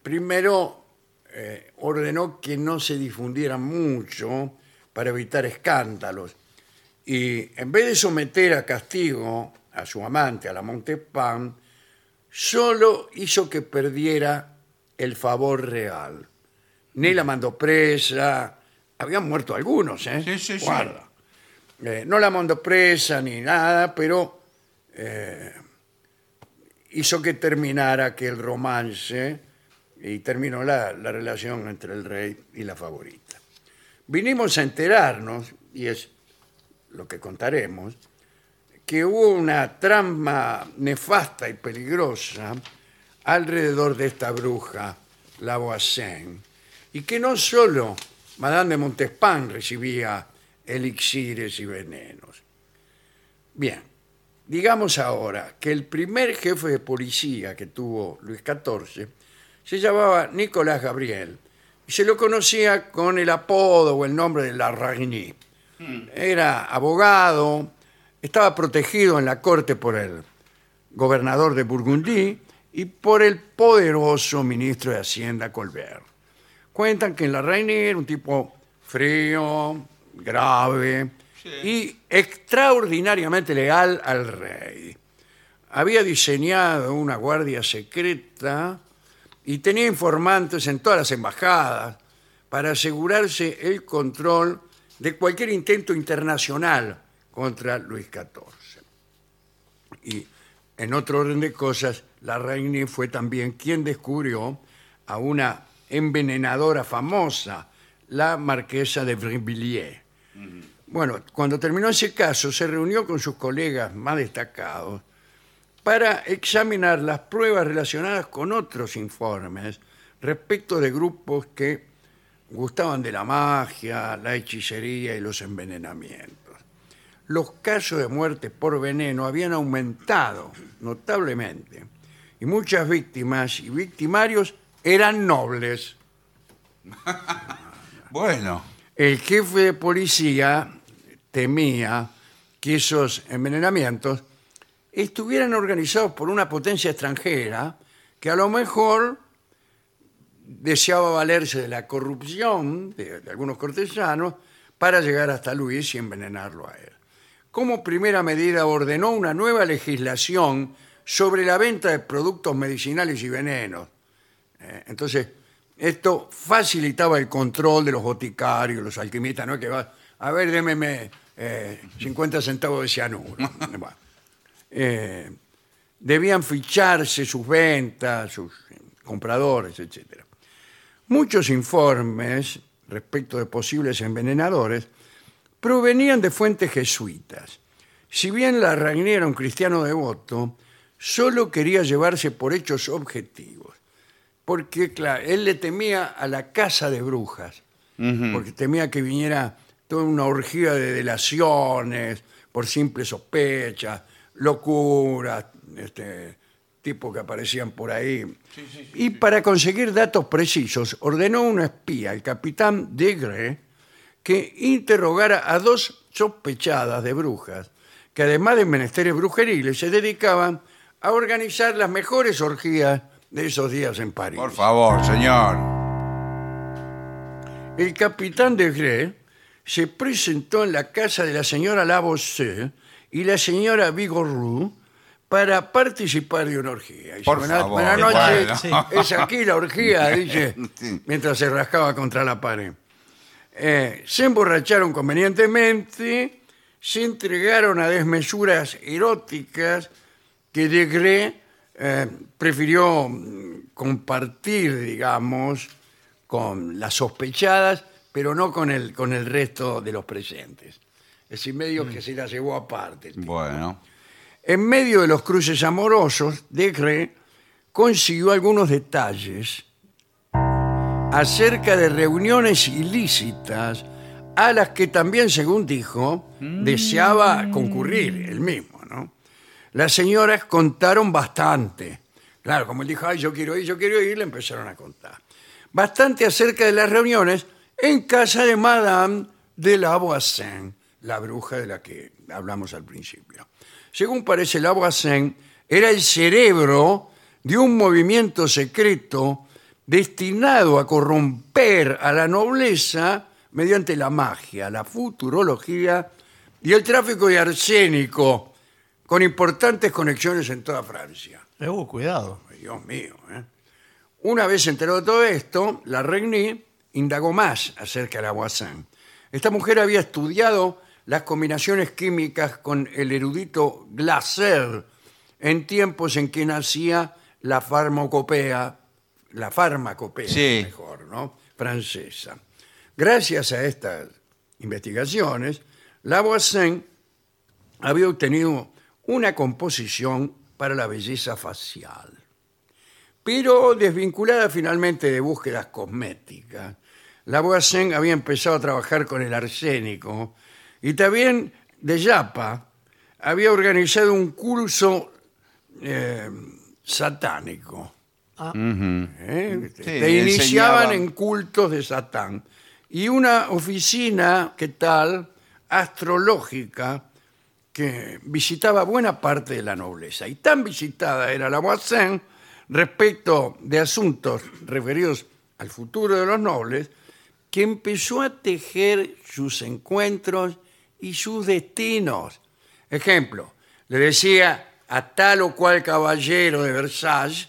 S1: primero eh, ordenó que no se difundieran mucho para evitar escándalos. Y en vez de someter a castigo a su amante, a la Montespan, solo hizo que perdiera el favor real. Ni la mandó presa, habían muerto algunos, ¿eh?
S3: Sí, sí, sí.
S1: Guarda. Eh, no la mandó presa ni nada, pero eh, hizo que terminara aquel romance y terminó la, la relación entre el rey y la favorita. Vinimos a enterarnos, y es lo que contaremos, que hubo una trama nefasta y peligrosa alrededor de esta bruja, la Boissin, y que no solo Madame de Montespan recibía elixires y venenos. Bien, digamos ahora que el primer jefe de policía que tuvo Luis XIV se llamaba Nicolás Gabriel y se lo conocía con el apodo o el nombre de la Ragni. Era abogado, estaba protegido en la corte por el gobernador de Burgundí y por el poderoso ministro de Hacienda Colbert. Cuentan que la Ragni era un tipo frío, grave y extraordinariamente leal al rey había diseñado una guardia secreta y tenía informantes en todas las embajadas para asegurarse el control de cualquier intento internacional contra Luis XIV. Y en otro orden de cosas, la reina fue también quien descubrió a una envenenadora famosa, la marquesa de Brinvilliers. Bueno, cuando terminó ese caso, se reunió con sus colegas más destacados para examinar las pruebas relacionadas con otros informes respecto de grupos que gustaban de la magia, la hechicería y los envenenamientos. Los casos de muerte por veneno habían aumentado notablemente y muchas víctimas y victimarios eran nobles.
S3: Bueno.
S1: El jefe de policía temía que esos envenenamientos estuvieran organizados por una potencia extranjera que a lo mejor deseaba valerse de la corrupción de, de algunos cortesanos para llegar hasta Luis y envenenarlo a él. Como primera medida ordenó una nueva legislación sobre la venta de productos medicinales y venenos. Eh, Entonces, esto facilitaba el control de los boticarios, los alquimistas, ¿no? Que va, a ver, démeme eh, 50 centavos de cianuro. Bueno. Eh, debían ficharse sus ventas, sus eh, compradores, etc. Muchos informes respecto de posibles envenenadores provenían de fuentes jesuitas. Si bien la Ragné era un cristiano devoto, solo quería llevarse por hechos objetivos. Porque, claro, él le temía a la casa de brujas, porque temía que viniera toda una orgía de delaciones por simple sospecha, locuras, este, tipos que aparecían por ahí. y para conseguir datos precisos, ordenó un espía, el capitán Degre, que interrogara a dos sospechadas de brujas, que además de menesteres brujeriles, se dedicaban a organizar las mejores orgías de esos días en París.
S3: Por favor, señor.
S1: El capitán de Grey se presentó en la casa de la señora Lavoisier y la señora Vigorú para participar de una orgía. Y
S3: Por
S1: buena-
S3: favor,
S1: buena noche,
S2: bueno.
S1: es aquí la orgía, dice,
S3: Sí.
S1: mientras se rascaba contra la pared. Eh, se emborracharon convenientemente, se entregaron a desmesuras eróticas que Degre eh, prefirió mm, compartir, digamos, con las sospechadas, pero no con el, con el resto de los presentes. Es decir, medio que se las llevó aparte. el
S3: Mm.
S1: tipo.
S3: Bueno.
S1: En medio de los cruces amorosos, Degre consiguió algunos detalles acerca de reuniones ilícitas a las que también, según dijo, deseaba concurrir él mismo, ¿no? Las señoras contaron bastante. Claro, como él dijo, Ay, yo quiero ir, yo quiero ir, le empezaron a contar. Bastante acerca de las reuniones en casa de Madame de la Voisin, la bruja de la que hablamos al principio. Según parece, la Voisin era el cerebro de un movimiento secreto destinado a corromper a la nobleza mediante la magia, la futurología y el tráfico de arsénico, con importantes conexiones en toda Francia.
S2: Eh, uh, cuidado.
S1: Dios mío. ¿eh? Una vez enterado de todo esto, la Regni indagó más acerca de la Voisin. Esta mujer había estudiado las combinaciones químicas con el erudito Glaser en tiempos en que nacía la farmacopea, la farmacopea
S3: Sí.
S1: mejor, ¿no? francesa. Gracias a estas investigaciones, Lavoisin había obtenido una composición para la belleza facial, pero desvinculada finalmente de búsquedas cosméticas. Lavoisin había empezado a trabajar con el arsénico y también de Yapa había organizado un curso eh, satánico. ¿eh?
S3: Sí,
S1: Te
S3: enseñaban.
S1: iniciaban en cultos de Satán. Y una oficina, ¿qué tal? Astrológica, que visitaba buena parte de la nobleza. Y tan visitada era la Voisin respecto de asuntos referidos al futuro de los nobles, que empezó a tejer sus encuentros y sus destinos. Ejemplo, le decía a tal o cual caballero de Versalles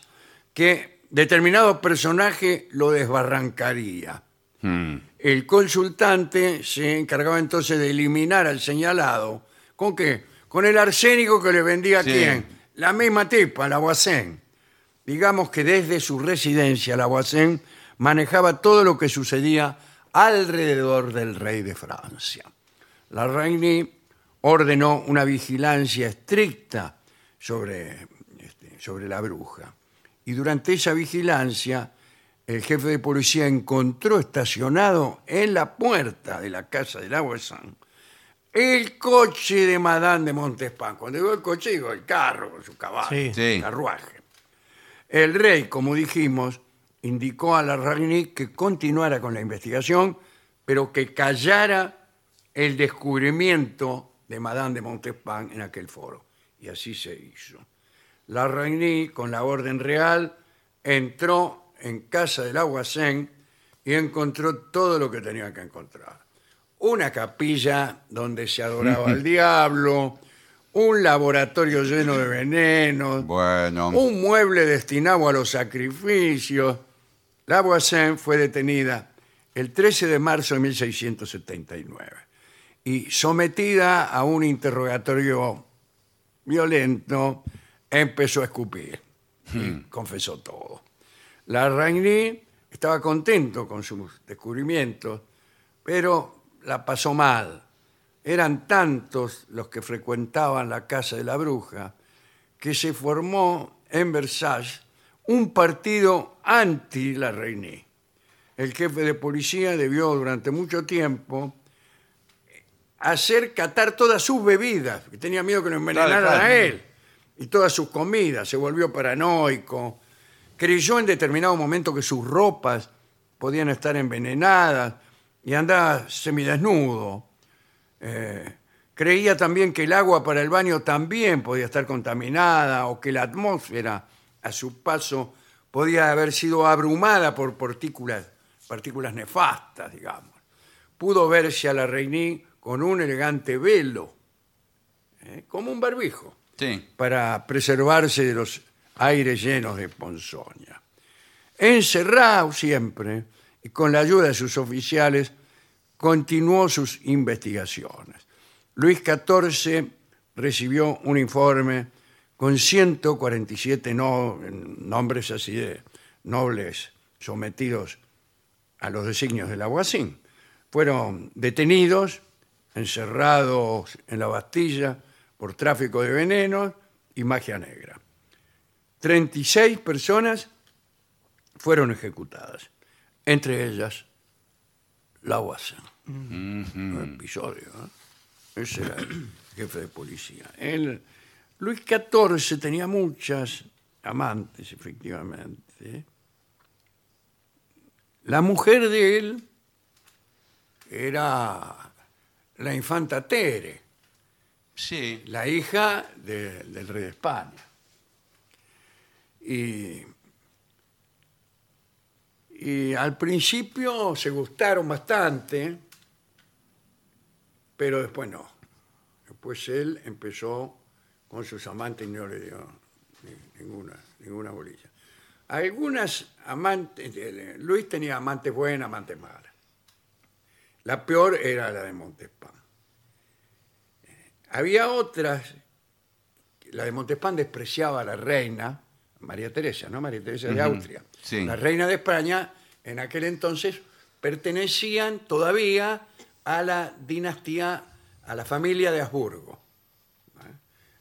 S1: que determinado personaje lo desbarrancaría.
S3: hmm,
S1: El consultante se encargaba entonces de eliminar al señalado. ¿Con qué? Con el arsénico que le vendía a
S3: Sí.
S1: quién. La misma tipa, la Boacén. Digamos que desde su residencia, la Boacén manejaba todo lo que sucedía alrededor del rey de Francia. La Reini ordenó una vigilancia estricta sobre, este, sobre la bruja. Y durante esa vigilancia, el jefe de policía encontró estacionado en la puerta de la casa del Aguasán el coche de Madame de Montespan. Cuando digo el coche, digo el carro, su caballo,
S2: Sí.
S3: Sí.
S1: carruaje. El rey, como dijimos, indicó a la Ragni que continuara con la investigación, pero que callara el descubrimiento de Madame de Montespan en aquel foro. Y así se hizo. La Ragni, con la orden real, entró en casa del Aguacén y encontró todo lo que tenía que encontrar. Una capilla donde se adoraba al diablo, un laboratorio lleno de venenos,
S3: Bueno.
S1: un mueble destinado a los sacrificios. La Voisin fue detenida el 13 de marzo de 1679 y sometida a un interrogatorio violento, empezó a escupir y confesó todo. La Ragni estaba contento con sus descubrimientos, pero la pasó mal. Eran tantos los que frecuentaban la casa de la bruja que se formó en Versalles un partido anti la Reynie. El jefe de policía debió durante mucho tiempo hacer catar todas sus bebidas, que tenía miedo que lo envenenaran
S3: Claro, claro.
S1: a él, y todas sus comidas, se volvió paranoico, creyó en determinado momento que sus ropas podían estar envenenadas y andaba semidesnudo. Eh, creía también que el agua para el baño también podía estar contaminada o que la atmósfera a su paso podía haber sido abrumada por partículas, partículas nefastas, digamos. Pudo verse a la Reiní con un elegante velo, ¿eh? como un barbijo
S3: Sí.
S1: para preservarse de los aires llenos de ponzoña. Encerrado siempre y con la ayuda de sus oficiales, continuó sus investigaciones. Luis XIV recibió un informe con 147 no- nombres así de nobles sometidos a los designios del alguacil. Fueron detenidos, encerrados en la Bastilla por tráfico de venenos y magia negra. 36 personas fueron ejecutadas, entre ellas la Guasa. Un episodio. ¿eh? Ese era el jefe de policía. Él, Luis XIV tenía muchas amantes, efectivamente. La mujer de él era la infanta Tere,
S3: Sí.
S1: la hija de- del rey de España. Y, y al principio se gustaron bastante, pero después no. Después él empezó con sus amantes y no le dio ni- ninguna, ninguna bolilla. Algunas amantes, eh, Luis tenía amantes buenas, amantes malas. La peor era la de Montespan. Eh, Había otras, la de Montespan despreciaba a la reina, María Teresa, ¿no? María Teresa de
S3: Ujú,
S1: Austria.
S3: sí.
S1: La reina de España, en aquel entonces, pertenecían todavía a la dinastía, a la familia de Habsburgo.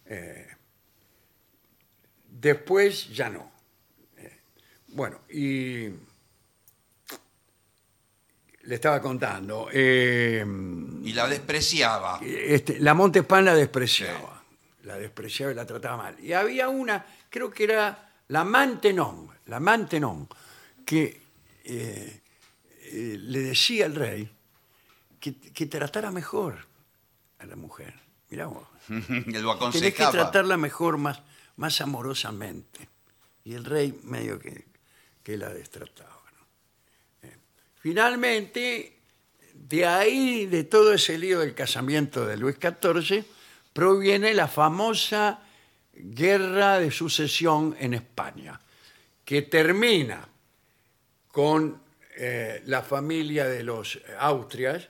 S1: Eh, después ya no. Eh, bueno, y le estaba contando. eh,
S3: Y la despreciaba.
S1: este, la Montespan la despreciaba. La despreciaba y la trataba mal. Y había una, creo que era la Mantenón, la Mantenón, que eh, eh, le decía al rey que, que tratara mejor a la mujer. Mirá vos.
S3: Y lo
S1: Tenés que
S3: aconsejaba.
S1: tratarla mejor, más, más amorosamente. Y el rey medio que, que la destrataba. ¿no? Eh, Finalmente, de ahí, de todo ese lío del casamiento de Luis XIV, proviene la famosa guerra de sucesión en España, que termina con eh, la familia de los eh, Austrias,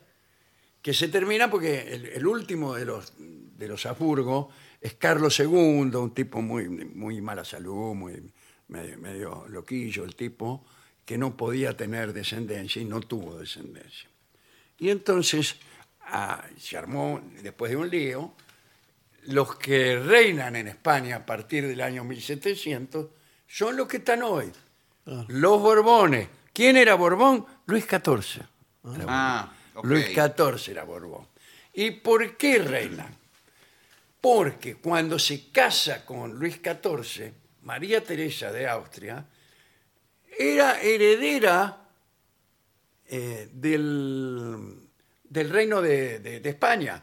S1: que se termina porque el, el último de los, de los Habsburgo es Carlos II, un tipo muy, muy mala salud, muy medio, medio loquillo el tipo, que no podía tener descendencia y no tuvo descendencia. Y entonces ah, se armó, después de un lío, los que reinan en España a partir del año 1700 son los que están hoy, los Borbones. ¿Quién era Borbón? Luis XIV. era
S3: Ah, ok.
S1: Luis XIV era Borbón. ¿Y por qué reina? Porque cuando se casa con Luis XIV, María Teresa de Austria era heredera eh, del, del reino de, de- de España,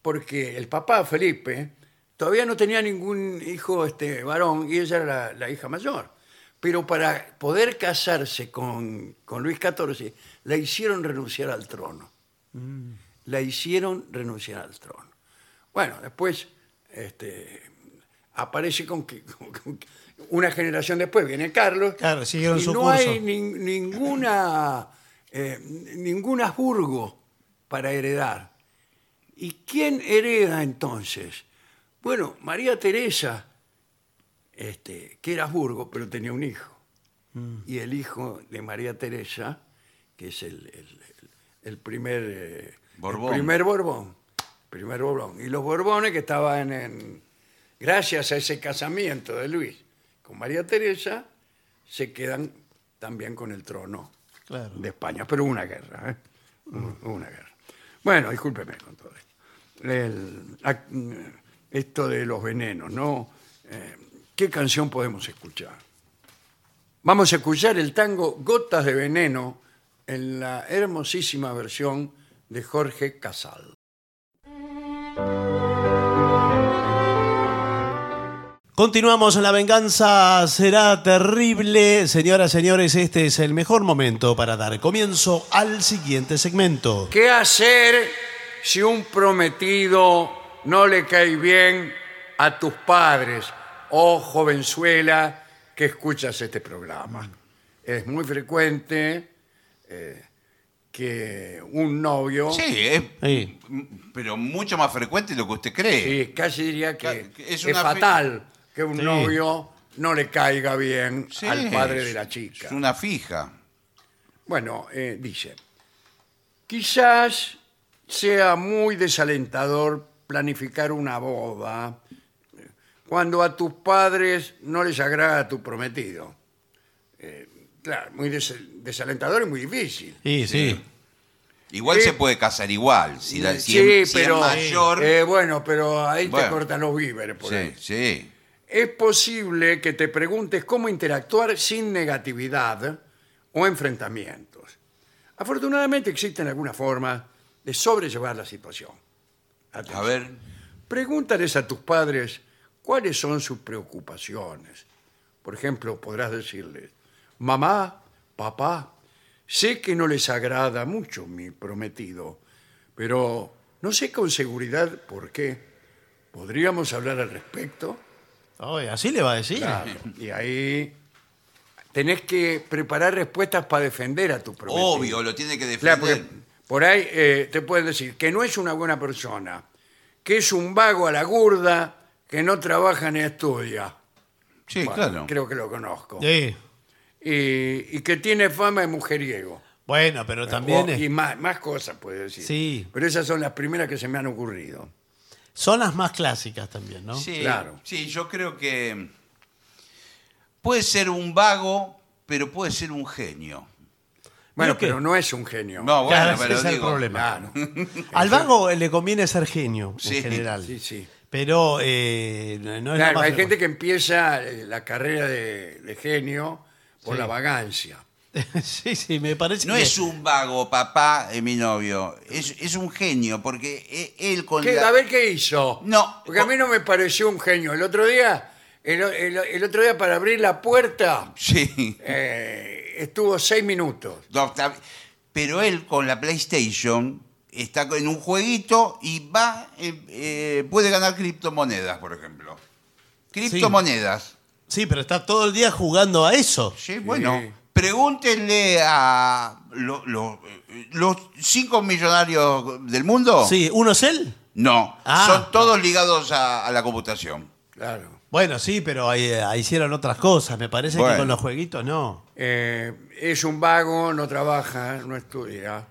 S1: porque el papá Felipe todavía no tenía ningún hijo este, varón y ella era la, la hija mayor. Pero para poder casarse con, con Luis XIV, la hicieron renunciar al trono. La hicieron renunciar al trono. Bueno, después este, aparece con, que, con que- una generación después, viene Carlos.
S2: Claro, siguieron
S1: y
S2: su
S1: no
S2: curso.
S1: hay nin- ninguna, eh, ningún Habsburgo para heredar. ¿Y quién hereda entonces? Bueno, María Teresa, este, que era Habsburgo, pero tenía un hijo. Y el hijo de María Teresa, que es el, el- el- el primer, eh, el
S3: Borbón.
S1: primer Borbón. Primer Borbón. Y los Borbones que estaban en. Gracias a ese casamiento de Luis con María Teresa, se quedan también con el trono
S2: Claro.
S1: de España, pero hubo una guerra, ¿eh? Hubo- hubo una guerra. Bueno, discúlpeme con todo esto. El- ac- esto de los venenos, ¿no? Eh, ¿Qué canción podemos escuchar? Vamos a escuchar el tango Gotas de Veneno en la hermosísima versión de Jorge Casal.
S2: Continuamos en la venganza, será terrible. Señoras, señores, este es el mejor momento para dar comienzo al siguiente segmento.
S1: ¿Qué hacer si un prometido no le cae bien a tus padres? Oh, jovenzuela, que escuchas este programa. Es muy frecuente eh, que un novio,
S3: Sí, es-
S2: Sí.
S3: m- pero mucho más frecuente de lo que usted cree.
S1: sí, casi diría que
S3: Claro, que
S1: es,
S3: es una fe-
S1: fatal que un
S2: Sí.
S1: novio no le caiga bien
S3: Sí,
S1: al padre de
S3: es-
S1: la chica.
S3: Es una fija.
S1: Bueno, eh, dice, quizás sea muy desalentador planificar una boda cuando a tus padres no les agrada tu prometido. Eh, claro, muy des- desalentador y muy difícil.
S2: Sí, sí.
S3: Igual
S1: Sí.
S3: se puede casar igual. Si, la- si
S1: Eh, sí,
S3: es, si es
S1: pero.
S3: mayor.
S1: eh, bueno, pero ahí
S3: Bueno.
S1: te cortan los víveres. Por
S3: sí,
S1: ahí.
S3: sí.
S1: Es posible que te preguntes cómo interactuar sin negatividad o enfrentamientos. Afortunadamente existen algunas formas de sobrellevar la situación.
S3: A ver.
S1: Pregúntales a tus padres cuáles son sus preocupaciones. Por ejemplo, podrás decirles, mamá, papá, sé que no les agrada mucho mi prometido, pero no sé con seguridad por qué. ¿Podríamos hablar al respecto?
S2: Oye, así le va a decir.
S1: Claro, Y ahí tenés que preparar respuestas para defender a tu prometido.
S3: Obvio, lo tiene que defender.
S1: Claro, porque por ahí eh, te pueden decir que no es una buena persona, que es un vago a la gurda, que no trabaja ni estudia.
S3: sí,
S1: Bueno,
S3: claro.
S1: Creo que lo conozco.
S2: Sí.
S1: Y, y que tiene fama de mujeriego.
S2: Bueno, pero también
S1: O-
S2: es-
S1: Y más, más cosas puede decir.
S2: Sí.
S1: Pero esas son las primeras que se me han ocurrido.
S2: son las más clásicas también, ¿no?
S3: Sí,
S1: Claro.
S3: sí, yo creo que mm, puede ser un vago, pero puede ser un genio.
S1: Bueno,
S2: Pero que-
S1: pero no es un genio.
S3: No, bueno,
S2: Claro,
S3: pero
S2: ese es el
S3: digo,
S2: problema.
S1: Claro.
S2: Al vago le conviene ser genio
S3: Sí,
S2: en general.
S1: Sí, sí.
S2: Pero eh, no es lo
S1: Claro,
S2: más
S1: hay
S2: frecuente.
S1: gente que empieza eh, la carrera de, de genio por
S2: Sí.
S1: la vagancia.
S2: sí, sí, me parece.
S3: No
S2: que-
S3: es un vago, papá, eh, mi novio. Es, es un genio, porque e- él con
S1: ¿Qué?
S3: la-
S1: A ver qué hizo.
S3: No.
S1: Porque a mí no me pareció un genio. El otro día, el, o- el- el otro día para abrir la puerta,
S3: Sí.
S1: eh, estuvo seis minutos.
S3: No, está- Pero él con la PlayStation está en un jueguito y va, eh, eh, puede ganar criptomonedas, por ejemplo. Criptomonedas.
S2: Sí, pero está todo el día jugando a eso.
S3: Sí, bueno, pregúntenle a lo- lo- los cinco millonarios del mundo.
S2: Sí, ¿uno es él?
S3: No,
S2: Ah.
S3: son todos ligados a, a la computación.
S1: Claro.
S2: Bueno, sí, pero ahí, ahí hicieron otras cosas. Me parece
S3: Bueno.
S2: que con los jueguitos no.
S1: Eh, es un vago, no trabaja, no estudia.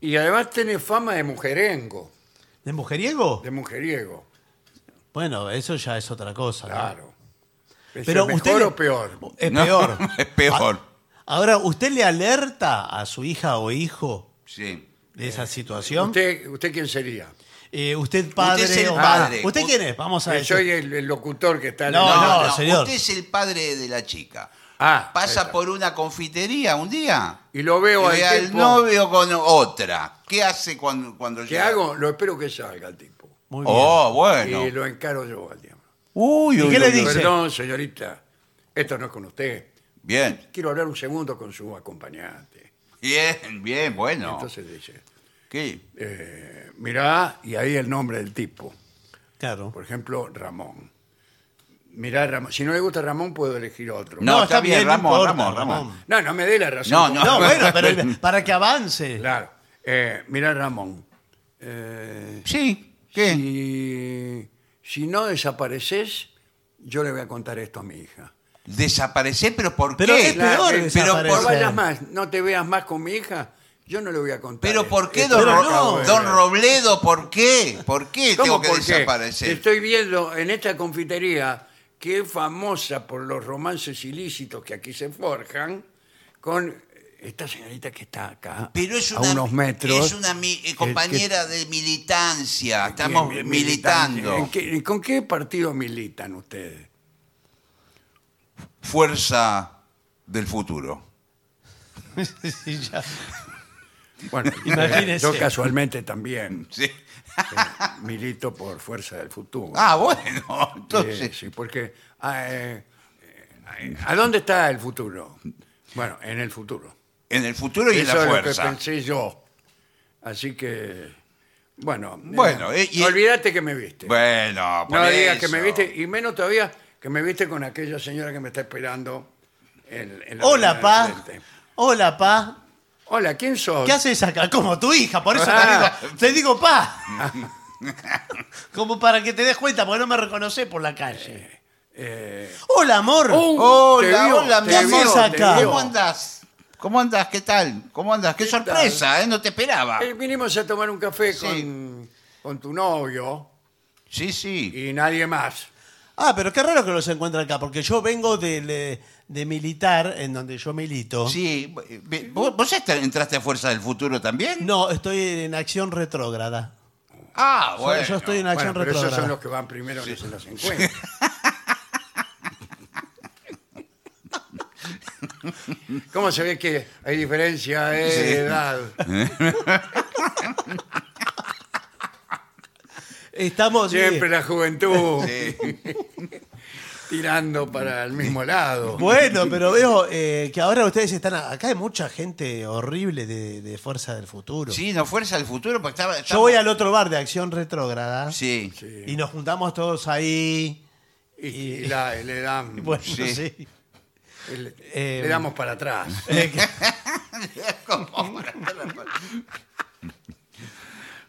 S1: Y además tiene fama de mujerengo,
S2: ¿De mujeriego?
S1: de mujeriego.
S2: Bueno, eso ya es otra cosa. ¿no?
S1: Claro.
S2: Pero
S1: ¿Es
S2: usted
S1: mejor
S2: le-
S1: o peor?
S2: Es
S3: No,
S2: peor. Ah.
S3: es peor.
S2: A- Ahora, ¿usted le alerta a su hija o hijo
S3: Sí.
S2: de esa situación? Usted,
S1: ¿Usted, ¿Usted quién sería?
S2: usted padre
S3: Eh, Usted es el
S2: o
S3: padre. Eh,
S2: ¿Usted quién es? Vamos a
S1: Que
S2: ver.
S1: soy el, el locutor que está... en
S2: No,
S1: el-
S2: no, señor.
S3: Usted es el padre de la chica.
S1: Ah, ahí
S3: Pasa
S1: está.
S3: por una confitería un día
S1: Y lo veo
S3: y
S1: al
S3: ve al
S1: tipo-
S3: novio con otra. ¿Qué hace cuando, cuando
S1: ¿Qué hago? Lo espero que salga el tipo.
S2: Muy bien.
S3: Oh, bueno.
S1: Y lo encaro yo al diablo.
S3: Uy,
S2: ¿Y qué le dice?
S1: Perdón, señorita, esto no es con usted.
S3: Bien,
S1: Quiero hablar un segundo con su acompañante.
S3: bien, bien, bueno.
S1: Entonces dice,
S3: ¿Qué?
S1: eh, mirá, y ahí el nombre del tipo.
S2: Claro.
S1: Por ejemplo, Ramón. Mirá, Ramón. Si no le gusta Ramón, puedo elegir otro.
S3: No, está bien,
S2: no
S3: Ramón,
S2: importa,
S3: Ramón, Ramón.
S1: no, no me dé la razón.
S3: No, no.
S2: No, bueno, pero el- para que avance.
S1: Claro. Eh, mirá, Ramón. eh,
S3: Sí, ¿qué?
S1: si, si no desapareces, yo le voy a contar esto a mi hija.
S3: Desaparecer, pero ¿por
S2: Pero
S3: qué?
S2: es peor
S1: Claro,
S3: pero
S2: desaparecer.
S1: No
S3: por,
S1: vayas más, no te veas más con mi hija, yo no le voy a contar.
S3: pero
S1: esto.
S3: ¿por qué,
S1: Esto
S3: don,
S1: lo
S3: Ro-
S1: acabo de
S3: don
S1: ver.
S3: Robledo? ¿Por qué? ¿Por qué
S1: ¿Cómo
S3: tengo que
S1: por qué?
S3: desaparecer?
S1: Estoy viendo en esta confitería que es famosa por los romances ilícitos que aquí se forjan con esta señorita que está acá
S3: Pero es
S1: a
S3: una,
S1: unos metros.
S3: es una mi- eh,
S1: que-
S3: compañera de militancia.
S1: que-
S3: Estamos
S1: que-
S3: militando.
S1: ¿En qué- ¿Con qué partido militan ustedes?
S3: Fuerza del futuro.
S2: Sí, ya.
S1: Bueno, eh,
S2: Imagínese.
S1: yo casualmente también
S3: Sí.
S1: milito por Fuerza del Futuro.
S3: Ah, bueno.
S1: Sí,
S3: Entonces,
S1: sí, porque ah, eh, eh, ¿a dónde está el futuro? Bueno, en el futuro.
S3: en el futuro y en
S1: Eso
S3: la
S1: es lo que
S3: fuerza.
S1: pensé yo. Así que, bueno,
S3: Bueno,
S1: eh,
S3: eh, y-
S1: olvídate que me viste.
S3: Bueno, por
S1: no digas
S3: eso.
S1: que me viste, y menos todavía que me viste con aquella señora que me está esperando. en- en la
S2: Hola,
S1: vereda del
S2: pa.
S1: frente.
S2: Hola, pa.
S1: Hola, ¿quién sos?
S2: ¿Qué haces acá? Como tu hija, por eso
S1: Ah.
S2: te digo, te digo pa. Como para que te des cuenta, porque no me reconocés por la calle.
S3: Eh,
S2: Hola, amor.
S1: Oh, te
S3: Hola,
S1: vio,
S3: hola, mi
S1: te
S2: amor.
S1: vio,
S2: ¿Qué haces
S1: te
S2: acá?
S1: vio.
S3: ¿Cómo andás? ¿Cómo andás? ¿Qué tal? ¿Cómo andás? Qué, sorpresa, ¿eh? No te esperaba.
S1: Eh, vinimos a tomar un café
S3: Sí.
S1: con, con tu novio
S3: Sí, sí.
S1: y nadie más.
S2: Ah, pero qué raro que los encuentre acá, porque yo vengo del, eh, de, militar, en donde yo milito.
S3: Sí, ve- ¿vos, vos est- entraste a Fuerza del Futuro también?
S2: No, estoy en acción retrógrada.
S3: Ah,
S2: Yo-
S3: bueno.
S2: yo estoy en
S1: Bueno,
S2: acción
S1: pero esos
S2: retrógrada.
S1: son los que van primero que se los encuentra. ¿Cómo se ve que hay diferencia de edad?
S2: Estamos eh,
S1: Siempre la juventud
S3: Sí.
S1: tirando para el mismo lado.
S2: Bueno, pero veo eh, que ahora ustedes están. a- Acá hay mucha gente horrible de, de Fuerza del Futuro.
S3: Sí, no, Fuerza del Futuro, porque estaba...
S2: Yo voy al otro bar de Acción Retrógrada
S3: Sí.
S1: Sí.
S2: y nos juntamos todos ahí.
S1: Y, y la, le, dan-
S2: Bueno,
S3: Sí.
S2: sí.
S1: el-
S2: eh,
S1: le damos para atrás.
S2: Eh, que-
S3: ¿Cómo?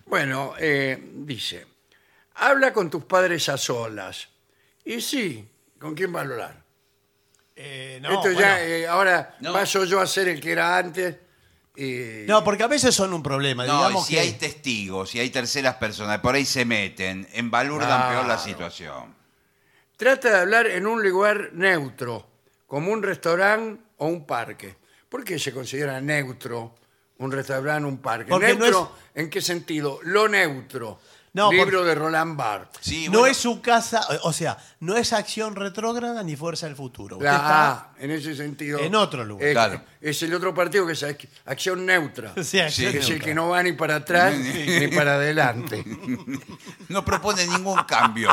S1: Bueno, eh, dice, habla con tus padres a solas. Y sí, ¿con quién va a hablar?
S2: eh, no,
S1: Esto
S2: bueno.
S1: ya, eh, ahora
S3: No.
S1: paso yo a ser el que era antes. Y...
S2: No, porque a veces son un problema.
S3: No, y
S2: digamos
S3: si
S2: que
S3: hay testigos, si hay terceras personas, por ahí se meten, embalurdan peor la
S1: Claro.
S3: situación.
S1: Trata de hablar en un lugar neutro, como un restaurante o un parque. ¿Por qué se considera neutro un restaurante, un parque?
S2: Porque no
S1: ¿Neutro en qué sentido? Lo neutro.
S2: No,
S1: Libro de Roland Barthes.
S3: Sí,
S2: no
S3: bueno,
S2: es su casa, o o sea, no es Acción Retrógrada ni Fuerza del Futuro. Usted
S1: La
S2: está-
S1: A, en ese sentido.
S2: en otro lugar.
S1: Es,
S3: Claro.
S1: es el otro partido que es ac- Acción Neutra.
S2: Sí, Acción
S1: que es el
S2: Neutra.
S1: que no va ni para atrás ni para adelante.
S3: no propone ningún cambio.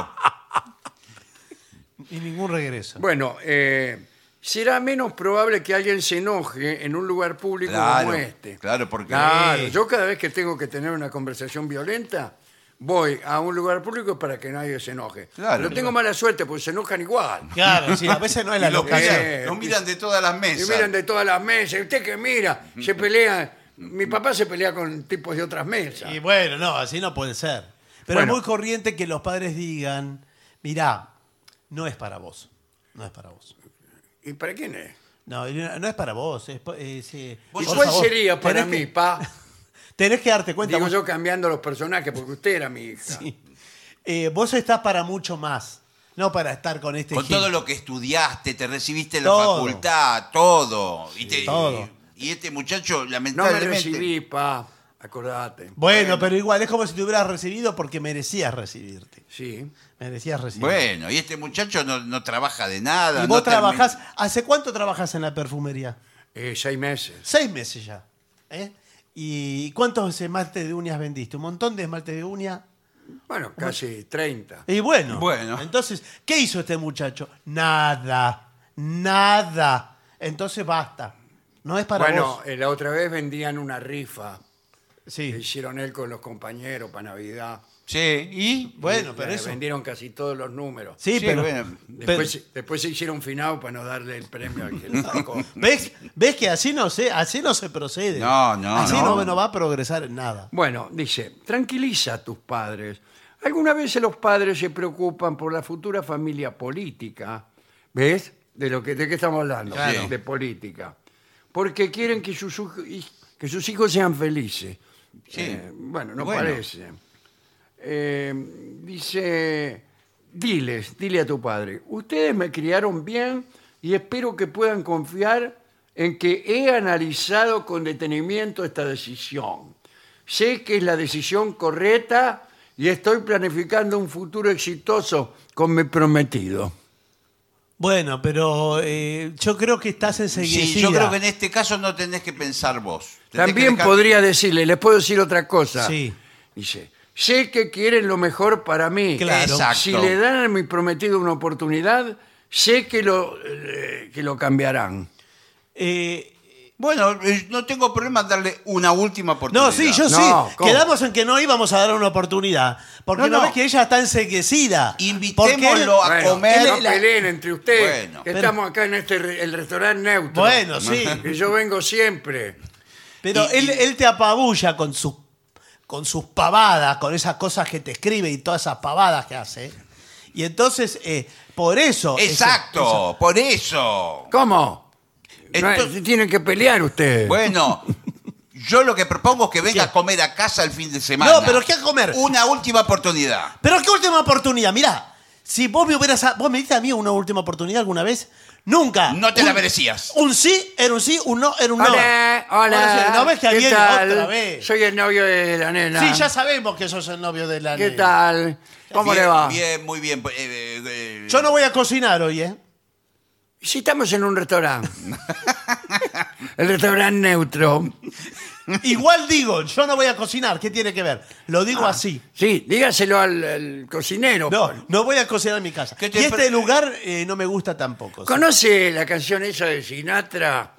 S2: Y ningún regreso.
S1: Bueno, eh, será menos probable que alguien se enoje en un lugar público
S3: Claro,
S1: como este.
S3: claro, porque-
S1: Claro,
S3: Sí.
S1: yo cada vez que tengo que tener una conversación violenta, voy a un lugar público para que nadie se enoje.
S3: Claro.
S1: Pero tengo mala suerte, porque se enojan igual.
S2: Claro, sí, a veces no es la
S3: Y lo
S2: localidad.
S1: Eh,
S3: miran, lo miran de todas las
S1: Y
S3: mesas.
S1: miran de todas las mesas. ¿Y usted que mira? Se pelea. Mi papá se pelea con tipos de otras mesas.
S2: Y bueno, no, así no puede ser. Pero
S1: Bueno.
S2: es muy corriente que los padres digan, mirá, no es para vos. No es para vos.
S1: ¿Y para quién es?
S2: No, y no no es para vos. es pa- es, eh,
S1: ¿Y
S2: por
S1: cuál
S2: favor,
S1: sería para
S2: tenés
S1: mí,
S2: que-
S1: pa?
S2: tenés que darte cuenta.
S1: Digo
S2: vos,
S1: yo cambiando los personajes, porque usted era mi hija.
S2: eh, vos estás para mucho más. No para estar con este
S3: Con
S2: gen-
S3: todo lo que estudiaste, te recibiste en la
S2: Todo.
S3: facultad, todo. Y, te-
S2: todo.
S3: y este muchacho,
S1: No me
S3: lamentablemente.
S1: recibí, pa. Acordate.
S2: Bueno, pero igual, es como si te hubieras recibido porque merecías recibirte.
S1: Sí.
S2: Merecías recibirte.
S3: Bueno, y este muchacho no, no trabaja de nada.
S2: y
S3: no
S2: vos
S3: termina-
S2: trabajás, ¿hace cuánto trabajás en la perfumería?
S1: Eh, seis meses.
S2: Seis meses ya. ¿eh? ¿Y cuántos esmaltes de uñas vendiste? Un montón de esmaltes de uñas.
S1: Bueno, casi 30.
S2: Y bueno,
S3: Bueno.
S2: Entonces, ¿qué hizo este muchacho? Nada. Nada. Entonces basta. No es para
S1: Bueno,
S2: vos.
S1: eh, la otra vez vendían una rifa
S3: eh,
S1: que
S2: Sí.
S1: hicieron él con los compañeros para Navidad.
S3: Sí, y.
S2: Bueno,
S1: Y,
S2: pero
S1: eh,
S2: eso.
S1: Vendieron casi todos los números.
S2: Sí,
S3: Sí,
S2: pero.
S3: bueno,
S2: pero-
S1: Después, después se hicieron finado para no darle el premio al que le tocó.
S2: ¿Ves? ¿Ves que así no se, así no se procede?
S3: No, no,
S2: Así
S3: no.
S2: no, no va a progresar en nada.
S1: Bueno, dice, tranquiliza a tus padres. Algunas veces los padres se preocupan por la futura familia política. ¿Ves? De lo que de qué estamos hablando,
S3: Claro.
S1: de política. Porque quieren que sus hij- que sus hijos sean felices. Eh,
S3: Sí.
S1: bueno, no
S3: Bueno.
S1: parece. Eh, dice, diles, dile a tu padre, ustedes me criaron bien y espero que puedan confiar en que he analizado con detenimiento esta decisión. Sé que es la decisión correcta y estoy planificando un futuro exitoso con mi prometido.
S2: Bueno, pero eh, yo creo que estás enseguida.
S3: Sí, yo creo que en este caso no tenés que pensar vos. Tenés que
S1: También
S3: dejar-
S1: podría decirle, les puedo decir otra cosa.
S2: Sí.
S1: Dice, sé que quieren lo mejor para mí.
S2: Claro.
S3: Exacto.
S1: Si le dan a mi prometido una oportunidad, sé que lo, eh, que lo cambiarán.
S2: Eh,
S3: Bueno, eh, no tengo problema en darle una última oportunidad.
S2: No, sí, yo
S1: No,
S2: sí.
S1: ¿cómo?
S2: Quedamos en que no íbamos a dar una oportunidad. Porque
S3: No,
S2: no,
S3: no.
S2: ves que ella está enseguecida.
S3: Invitémoslo
S2: Porque-
S3: a comer.
S2: él-
S1: no
S2: la-
S1: peleen entre ustedes.
S3: Bueno.
S1: que estamos acá en este re- el restaurante neutro.
S2: Bueno, sí.
S1: Y yo vengo siempre.
S2: Pero
S3: Y-
S2: él,
S3: y-
S2: él te apabulla con sus, con sus pavadas, con esas cosas que te escribe y todas esas pavadas que hace. Y entonces, eh, por eso. eso-
S3: Exacto,
S2: eso-
S3: por eso.
S1: ¿Cómo? No,
S3: Entonces-
S1: tienen que pelear ustedes.
S3: Bueno, yo lo que propongo es que venga
S2: Sí.
S3: a comer a casa el fin de semana.
S2: No, pero ¿qué a comer?
S3: Una última oportunidad.
S2: Pero qué última oportunidad, mirá. Si vos me hubieras. Vos me diste a mí una última oportunidad alguna vez. Nunca.
S3: No te
S2: Un-
S3: la merecías.
S2: Un sí era un sí, un no era un no.
S1: Hola,
S2: Ahora
S1: hola.
S2: sí, No ves que
S1: ¿Qué
S2: ahí viene
S1: tal?
S2: otra vez.
S1: Soy el novio de la nena.
S2: Sí, ya sabemos que sos el novio de la
S1: ¿Qué
S2: nena.
S1: tal? ¿Cómo
S3: Bien,
S1: le va?
S3: Bien, muy bien. Eh, eh, eh,
S2: Yo no voy a cocinar hoy, ¿eh?
S1: Si estamos en un restaurante. el restaurante neutro.
S2: Igual digo, yo no voy a cocinar. ¿Qué tiene que ver? Lo
S1: Ah.
S2: digo así.
S1: Sí, dígaselo al, al cocinero.
S2: No, no voy a cocinar en mi casa.
S3: ¿Qué te
S2: Y este
S3: pre-
S2: lugar eh, no me gusta tampoco.
S1: ¿Conoce la canción esa de Sinatra?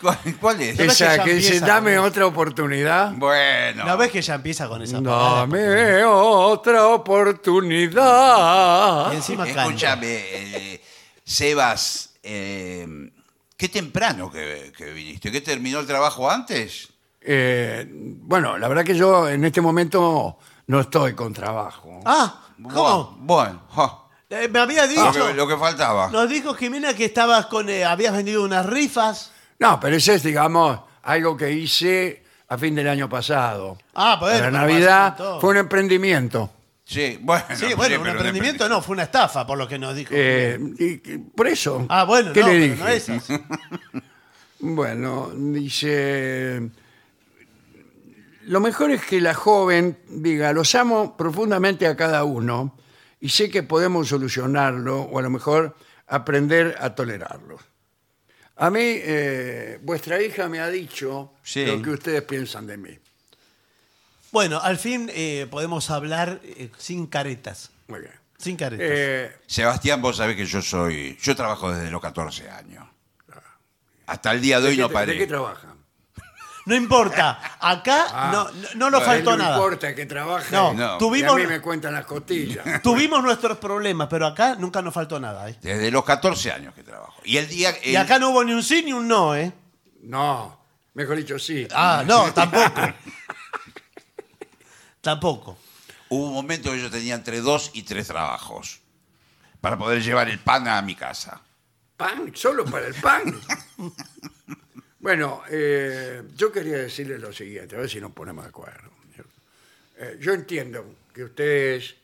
S3: ¿cuál, cuál es?
S2: Pero es que
S1: esa
S2: ya
S1: que dice,
S2: empieza,
S1: dame
S2: ¿no?
S1: otra oportunidad.
S3: Bueno.
S2: ¿No ves que ya empieza con esa palabra?
S1: Dame otra
S2: Y
S1: oportunidad.
S2: encima canta.
S3: Escúchame, eh, Sebas, eh, qué temprano que, que viniste. ¿Qué terminó el trabajo antes?
S1: Eh, bueno, la verdad que yo en este momento no estoy con trabajo.
S2: Ah,
S3: Bueno,
S2: ¿cómo?
S3: Bueno, ja,
S2: Eh, me
S1: Ah,
S2: había dicho.
S3: lo, que, lo que faltaba.
S2: Nos dijo Jimena que estabas con. eh, habías vendido unas rifas.
S1: No, pero eso es, digamos, algo que hice a fin del año pasado.
S2: Ah, pues,
S1: Para
S2: pero
S1: Navidad
S2: pasó todo.
S1: fue un emprendimiento.
S3: Sí, bueno.
S2: Sí,
S3: pero
S2: bueno, un
S3: no
S2: emprendimiento no, fue una estafa, por lo que nos dijo.
S1: Eh, y- y por eso.
S2: ah, bueno,
S1: ¿qué
S2: no,
S1: le
S2: pero
S1: dije?
S2: no esas.
S1: Bueno, dice. Lo mejor es que la joven diga, los amo profundamente a cada uno y sé que podemos solucionarlo o a lo mejor aprender a tolerarlo. A mí, eh, vuestra hija me ha dicho
S3: Sí.
S1: lo que ustedes piensan de mí.
S2: Bueno, al fin eh, podemos hablar eh, sin caretas.
S1: Muy bien.
S2: Sin caretas.
S1: Eh,
S3: Sebastián, vos sabés que yo soy. Yo trabajo desde los 14 años. Hasta el día de hoy no
S1: ¿de- ¿De qué
S3: paré.
S1: trabaja?
S2: no importa. Acá
S1: Ah.
S2: no, no, no nos
S1: Bueno,
S2: faltó
S1: no
S2: nada.
S1: importa que trabaje.
S2: No,
S1: Y
S3: No.
S1: a
S2: tuvimos,
S1: mí me cuentan las costillas.
S2: tuvimos nuestros problemas, pero acá nunca nos faltó nada. ¿eh?
S3: Desde los 14 años que trabajo. Y el día.
S2: Y
S3: el-
S2: acá no hubo ni un sí ni un no, ¿eh?
S1: No, mejor dicho, sí.
S2: Ah, no, tampoco. tampoco.
S3: Hubo un momento que yo tenía entre dos y tres trabajos para poder llevar el pan a mi casa.
S1: Pan, solo para el pan. bueno, eh, yo quería decirle lo siguiente, a ver si nos ponemos de acuerdo. Eh, yo entiendo que ustedes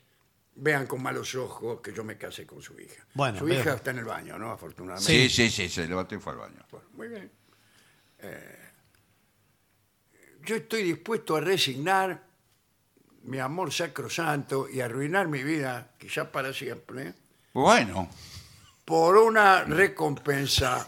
S1: vean con malos ojos que yo me case con su hija.
S2: Bueno,
S1: su
S2: veo.
S1: hija está en el baño, ¿no? Afortunadamente.
S3: Sí, sí, sí, se levantó y fue al baño.
S1: Bueno, muy bien. Eh, yo estoy dispuesto a resignar mi amor sacrosanto y arruinar mi vida, quizás para siempre,
S3: Bueno.
S1: por una recompensa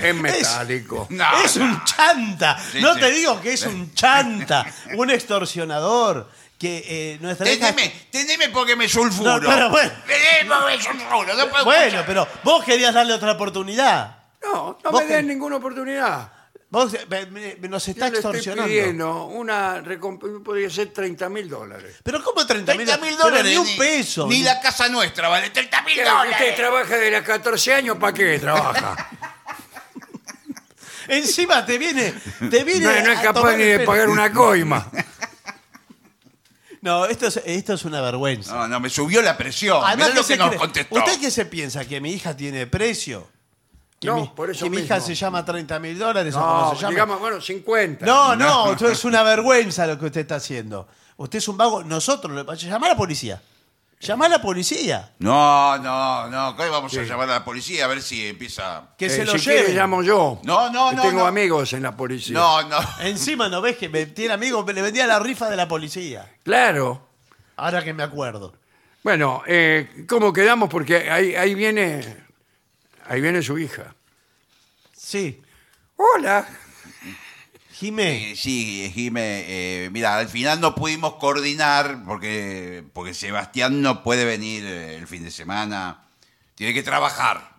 S1: en metálico.
S3: No,
S2: es un chanta.
S3: Sí,
S2: no
S3: sí.
S2: te digo que es un chanta. un extorsionador. Que eh, nuestra hija-
S3: Teneme, teneme porque me sulfuro.
S2: No, pero bueno.
S3: Teneme porque me sulfuro. No puedo
S2: Bueno,
S3: escuchar.
S2: pero vos querías darle otra oportunidad.
S1: No, no
S2: Vos
S1: me
S2: que-
S1: den ninguna oportunidad.
S2: Vos eh, me- me- nos
S1: Yo
S2: está
S1: le estoy
S2: extorsionando.
S1: pidiendo una recompensa, podría ser 30 mil dólares.
S2: Pero ¿cómo 30 mil
S3: 30 mil
S2: dólares?
S3: dólares.
S2: Pero ni un peso.
S3: Ni la casa nuestra vale 30 mil
S1: Usted
S3: dólares.
S1: trabaja de los 14 años, ¿para qué trabaja?
S2: Encima te viene, te viene.
S1: No, no es
S2: a
S1: capaz
S2: tomar
S1: ni
S2: el
S1: de
S2: pelo.
S1: pagar una coima.
S2: No, esto es, esto es una vergüenza.
S3: No, no, me subió la presión.
S2: Además,
S3: Mirá
S2: ¿qué
S3: lo que
S2: se
S3: nos
S2: cree?
S3: contestó.
S2: ¿Usted qué se piensa? ¿Que mi hija tiene precio? ¿Que
S1: No,
S2: mi,
S1: por eso
S2: que mi
S1: mismo.
S2: hija se llama 30 mil dólares o
S1: No,
S2: como se llama?
S1: digamos, bueno, 50.
S2: no, no, esto es una vergüenza lo que usted está haciendo. Usted es un vago. Nosotros, lo- llamá a la policía. Llamá a la policía.
S3: No, no, no. ¿Qué vamos a
S1: Sí.
S3: llamar a la policía a ver si empieza.
S2: Que
S1: Eh,
S2: se lo
S1: si
S2: lleve.
S1: quiere, llamo yo.
S3: No, no,
S1: Que
S3: no,
S1: Tengo
S3: no.
S1: amigos en la policía.
S3: No, no.
S2: Encima no ves que me, tiene amigos, le vendía la rifa de la policía.
S1: Claro.
S2: Ahora que me acuerdo.
S1: Bueno, eh, ¿cómo quedamos? Porque ahí, ahí viene. Ahí viene su hija.
S2: Sí.
S1: Hola.
S2: Jimé.
S3: Eh, Sí, Jime, eh, mira, al final no pudimos coordinar porque, porque Sebastián no puede venir eh, el fin de semana. Tiene que trabajar.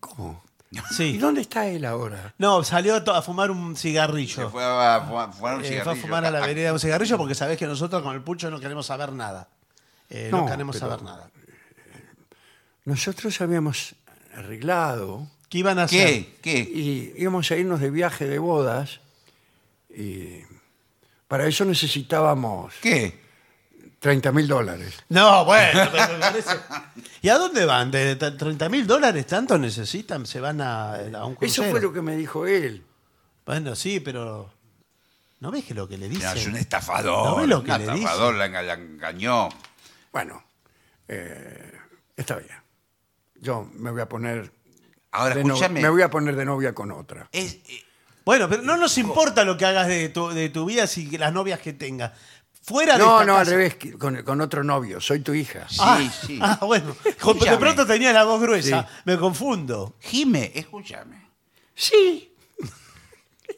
S1: ¿Cómo? ¿Y
S2: Sí.
S1: dónde está él ahora?
S2: No, salió to- a fumar un
S3: Se
S2: cigarrillo.
S3: fue a, a fumar- fumar un
S2: Eh, fue a
S3: cigarrillo.
S2: fumar a la vereda un cigarrillo porque sabés que nosotros con el pucho no queremos saber nada. Eh, no,
S1: No,
S2: queremos
S1: pero-
S2: saber nada.
S1: Nosotros habíamos arreglado
S2: ¿Qué iban a hacer?
S3: ¿Qué? ¿Qué?
S1: y íbamos a irnos de viaje de bodas y para eso necesitábamos
S3: ¿Qué?
S1: 30 mil dólares.
S2: No, bueno, pero me parece- ¿Y a dónde van? ¿De t- 30 mil dólares tanto necesitan? ¿Se van a, a un
S1: Eso
S2: crucero?
S1: fue lo que me dijo él.
S2: Bueno, sí, pero... ¿No ves que lo que le
S3: Mira,
S2: dicen?
S3: es un estafador.
S2: ¿No ves lo que
S3: un
S2: le
S3: estafador la, enga- la engañó.
S1: Bueno, eh, está bien. Yo me voy a poner.
S3: Ahora,
S1: de no-
S3: escúchame.
S1: me voy a poner de novia con otra.
S3: Es- eh,
S2: Bueno, pero no nos importa lo que hagas de tu, de tu vida si que las novias que tengas. Fuera de
S1: No,
S2: esta
S1: no, al
S2: casa-
S1: revés, que- con, con otro novio, soy tu hija.
S3: sí,
S2: Ah,
S3: sí.
S2: ah, bueno. Como De
S3: Escúchame.
S2: pronto tenía la voz gruesa. Me confundo.
S3: Jime, escúchame.
S1: Sí,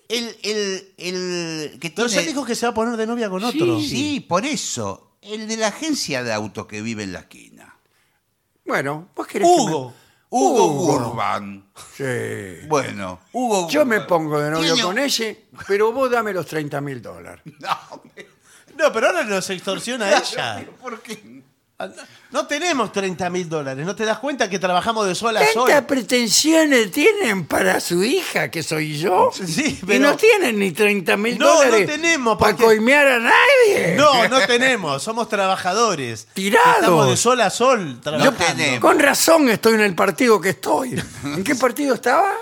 S3: El, el, el que
S2: Pero
S3: tiene...
S2: ya dijo que se va a poner de novia con otro.
S3: Sí, por eso. El de la agencia de autos que vive en la esquina.
S1: bueno, vos querés. que me-
S2: Hugo.
S3: Hugo
S1: Hugo.
S3: Urban.
S1: Sí.
S3: Bueno, Hugo
S1: Yo me
S3: Urban.
S1: pongo de novio
S3: Tiene-
S1: con ese, pero vos dame los 30 mil dólares.
S3: No, me-
S2: No, pero ahora nos extorsiona ella.
S3: ¿Por qué?
S2: No tenemos 30 mil dólares. ¿No te das cuenta que trabajamos de sol a sol?
S1: ¿Cuántas pretensiones tienen para su hija, que soy yo?
S2: Sí,
S1: Y
S2: pero-
S1: no tienen ni 30 mil
S2: No, no
S1: dólares.
S2: tenemos,
S1: Para
S2: porque-
S1: coimear a nadie.
S2: No, no tenemos. Somos trabajadores.
S1: Tirados.
S2: Estamos de sol a sol
S3: No
S2: trabajando.
S3: tenemos.
S1: Con razón estoy en el partido que estoy. ¿En qué partido estaba?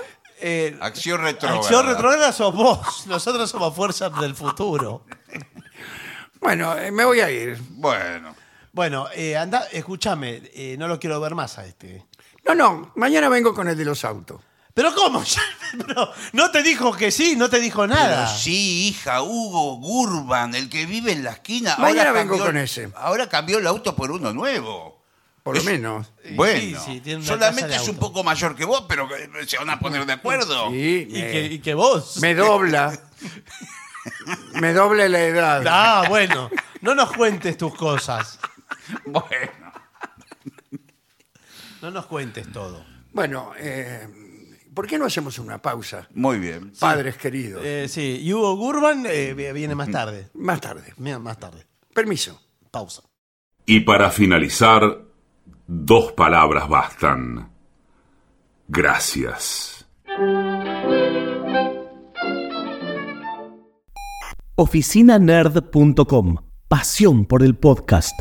S2: Eh,
S3: Acción retrógrada.
S2: acción retrograda sos vos. Nosotros somos fuerzas del futuro.
S1: Bueno, eh, me voy a ir.
S3: Bueno.
S2: Bueno, eh, anda, escúchame. eh, no lo quiero ver más a este.
S1: No, no, mañana vengo con el de los autos.
S2: Pero ¿cómo? Ya, pero no te dijo que sí, no te dijo nada.
S3: Pero sí, hija, Hugo Gurban, el que vive en la esquina.
S1: Mañana
S3: ahora
S1: vengo
S3: cambió-
S1: con ese.
S3: Ahora cambió el auto por uno nuevo.
S1: Por lo menos.
S2: Sí,
S3: Bueno,
S2: sí, tiene una casa
S3: solamente
S2: de
S3: es un
S2: auto.
S3: poco mayor que vos, pero que- se van a poner de acuerdo.
S1: Sí,
S2: Y
S1: me,
S2: que, y que vos.
S1: me dobla. me dobla la edad.
S2: Ah, bueno. No nos cuentes tus cosas.
S3: Bueno.
S2: No nos cuentes todo.
S1: Bueno, eh, ¿por qué no hacemos una pausa?
S3: Muy bien.
S1: Padres queridos.
S2: Eh, sí, y Hugo Gurban eh, viene más tarde.
S1: Más tarde.
S2: Mira, Más tarde.
S1: Permiso.
S2: Pausa.
S4: Y para finalizar, dos palabras bastan. Gracias.
S5: oficinanerd.com. Pasión por el podcast.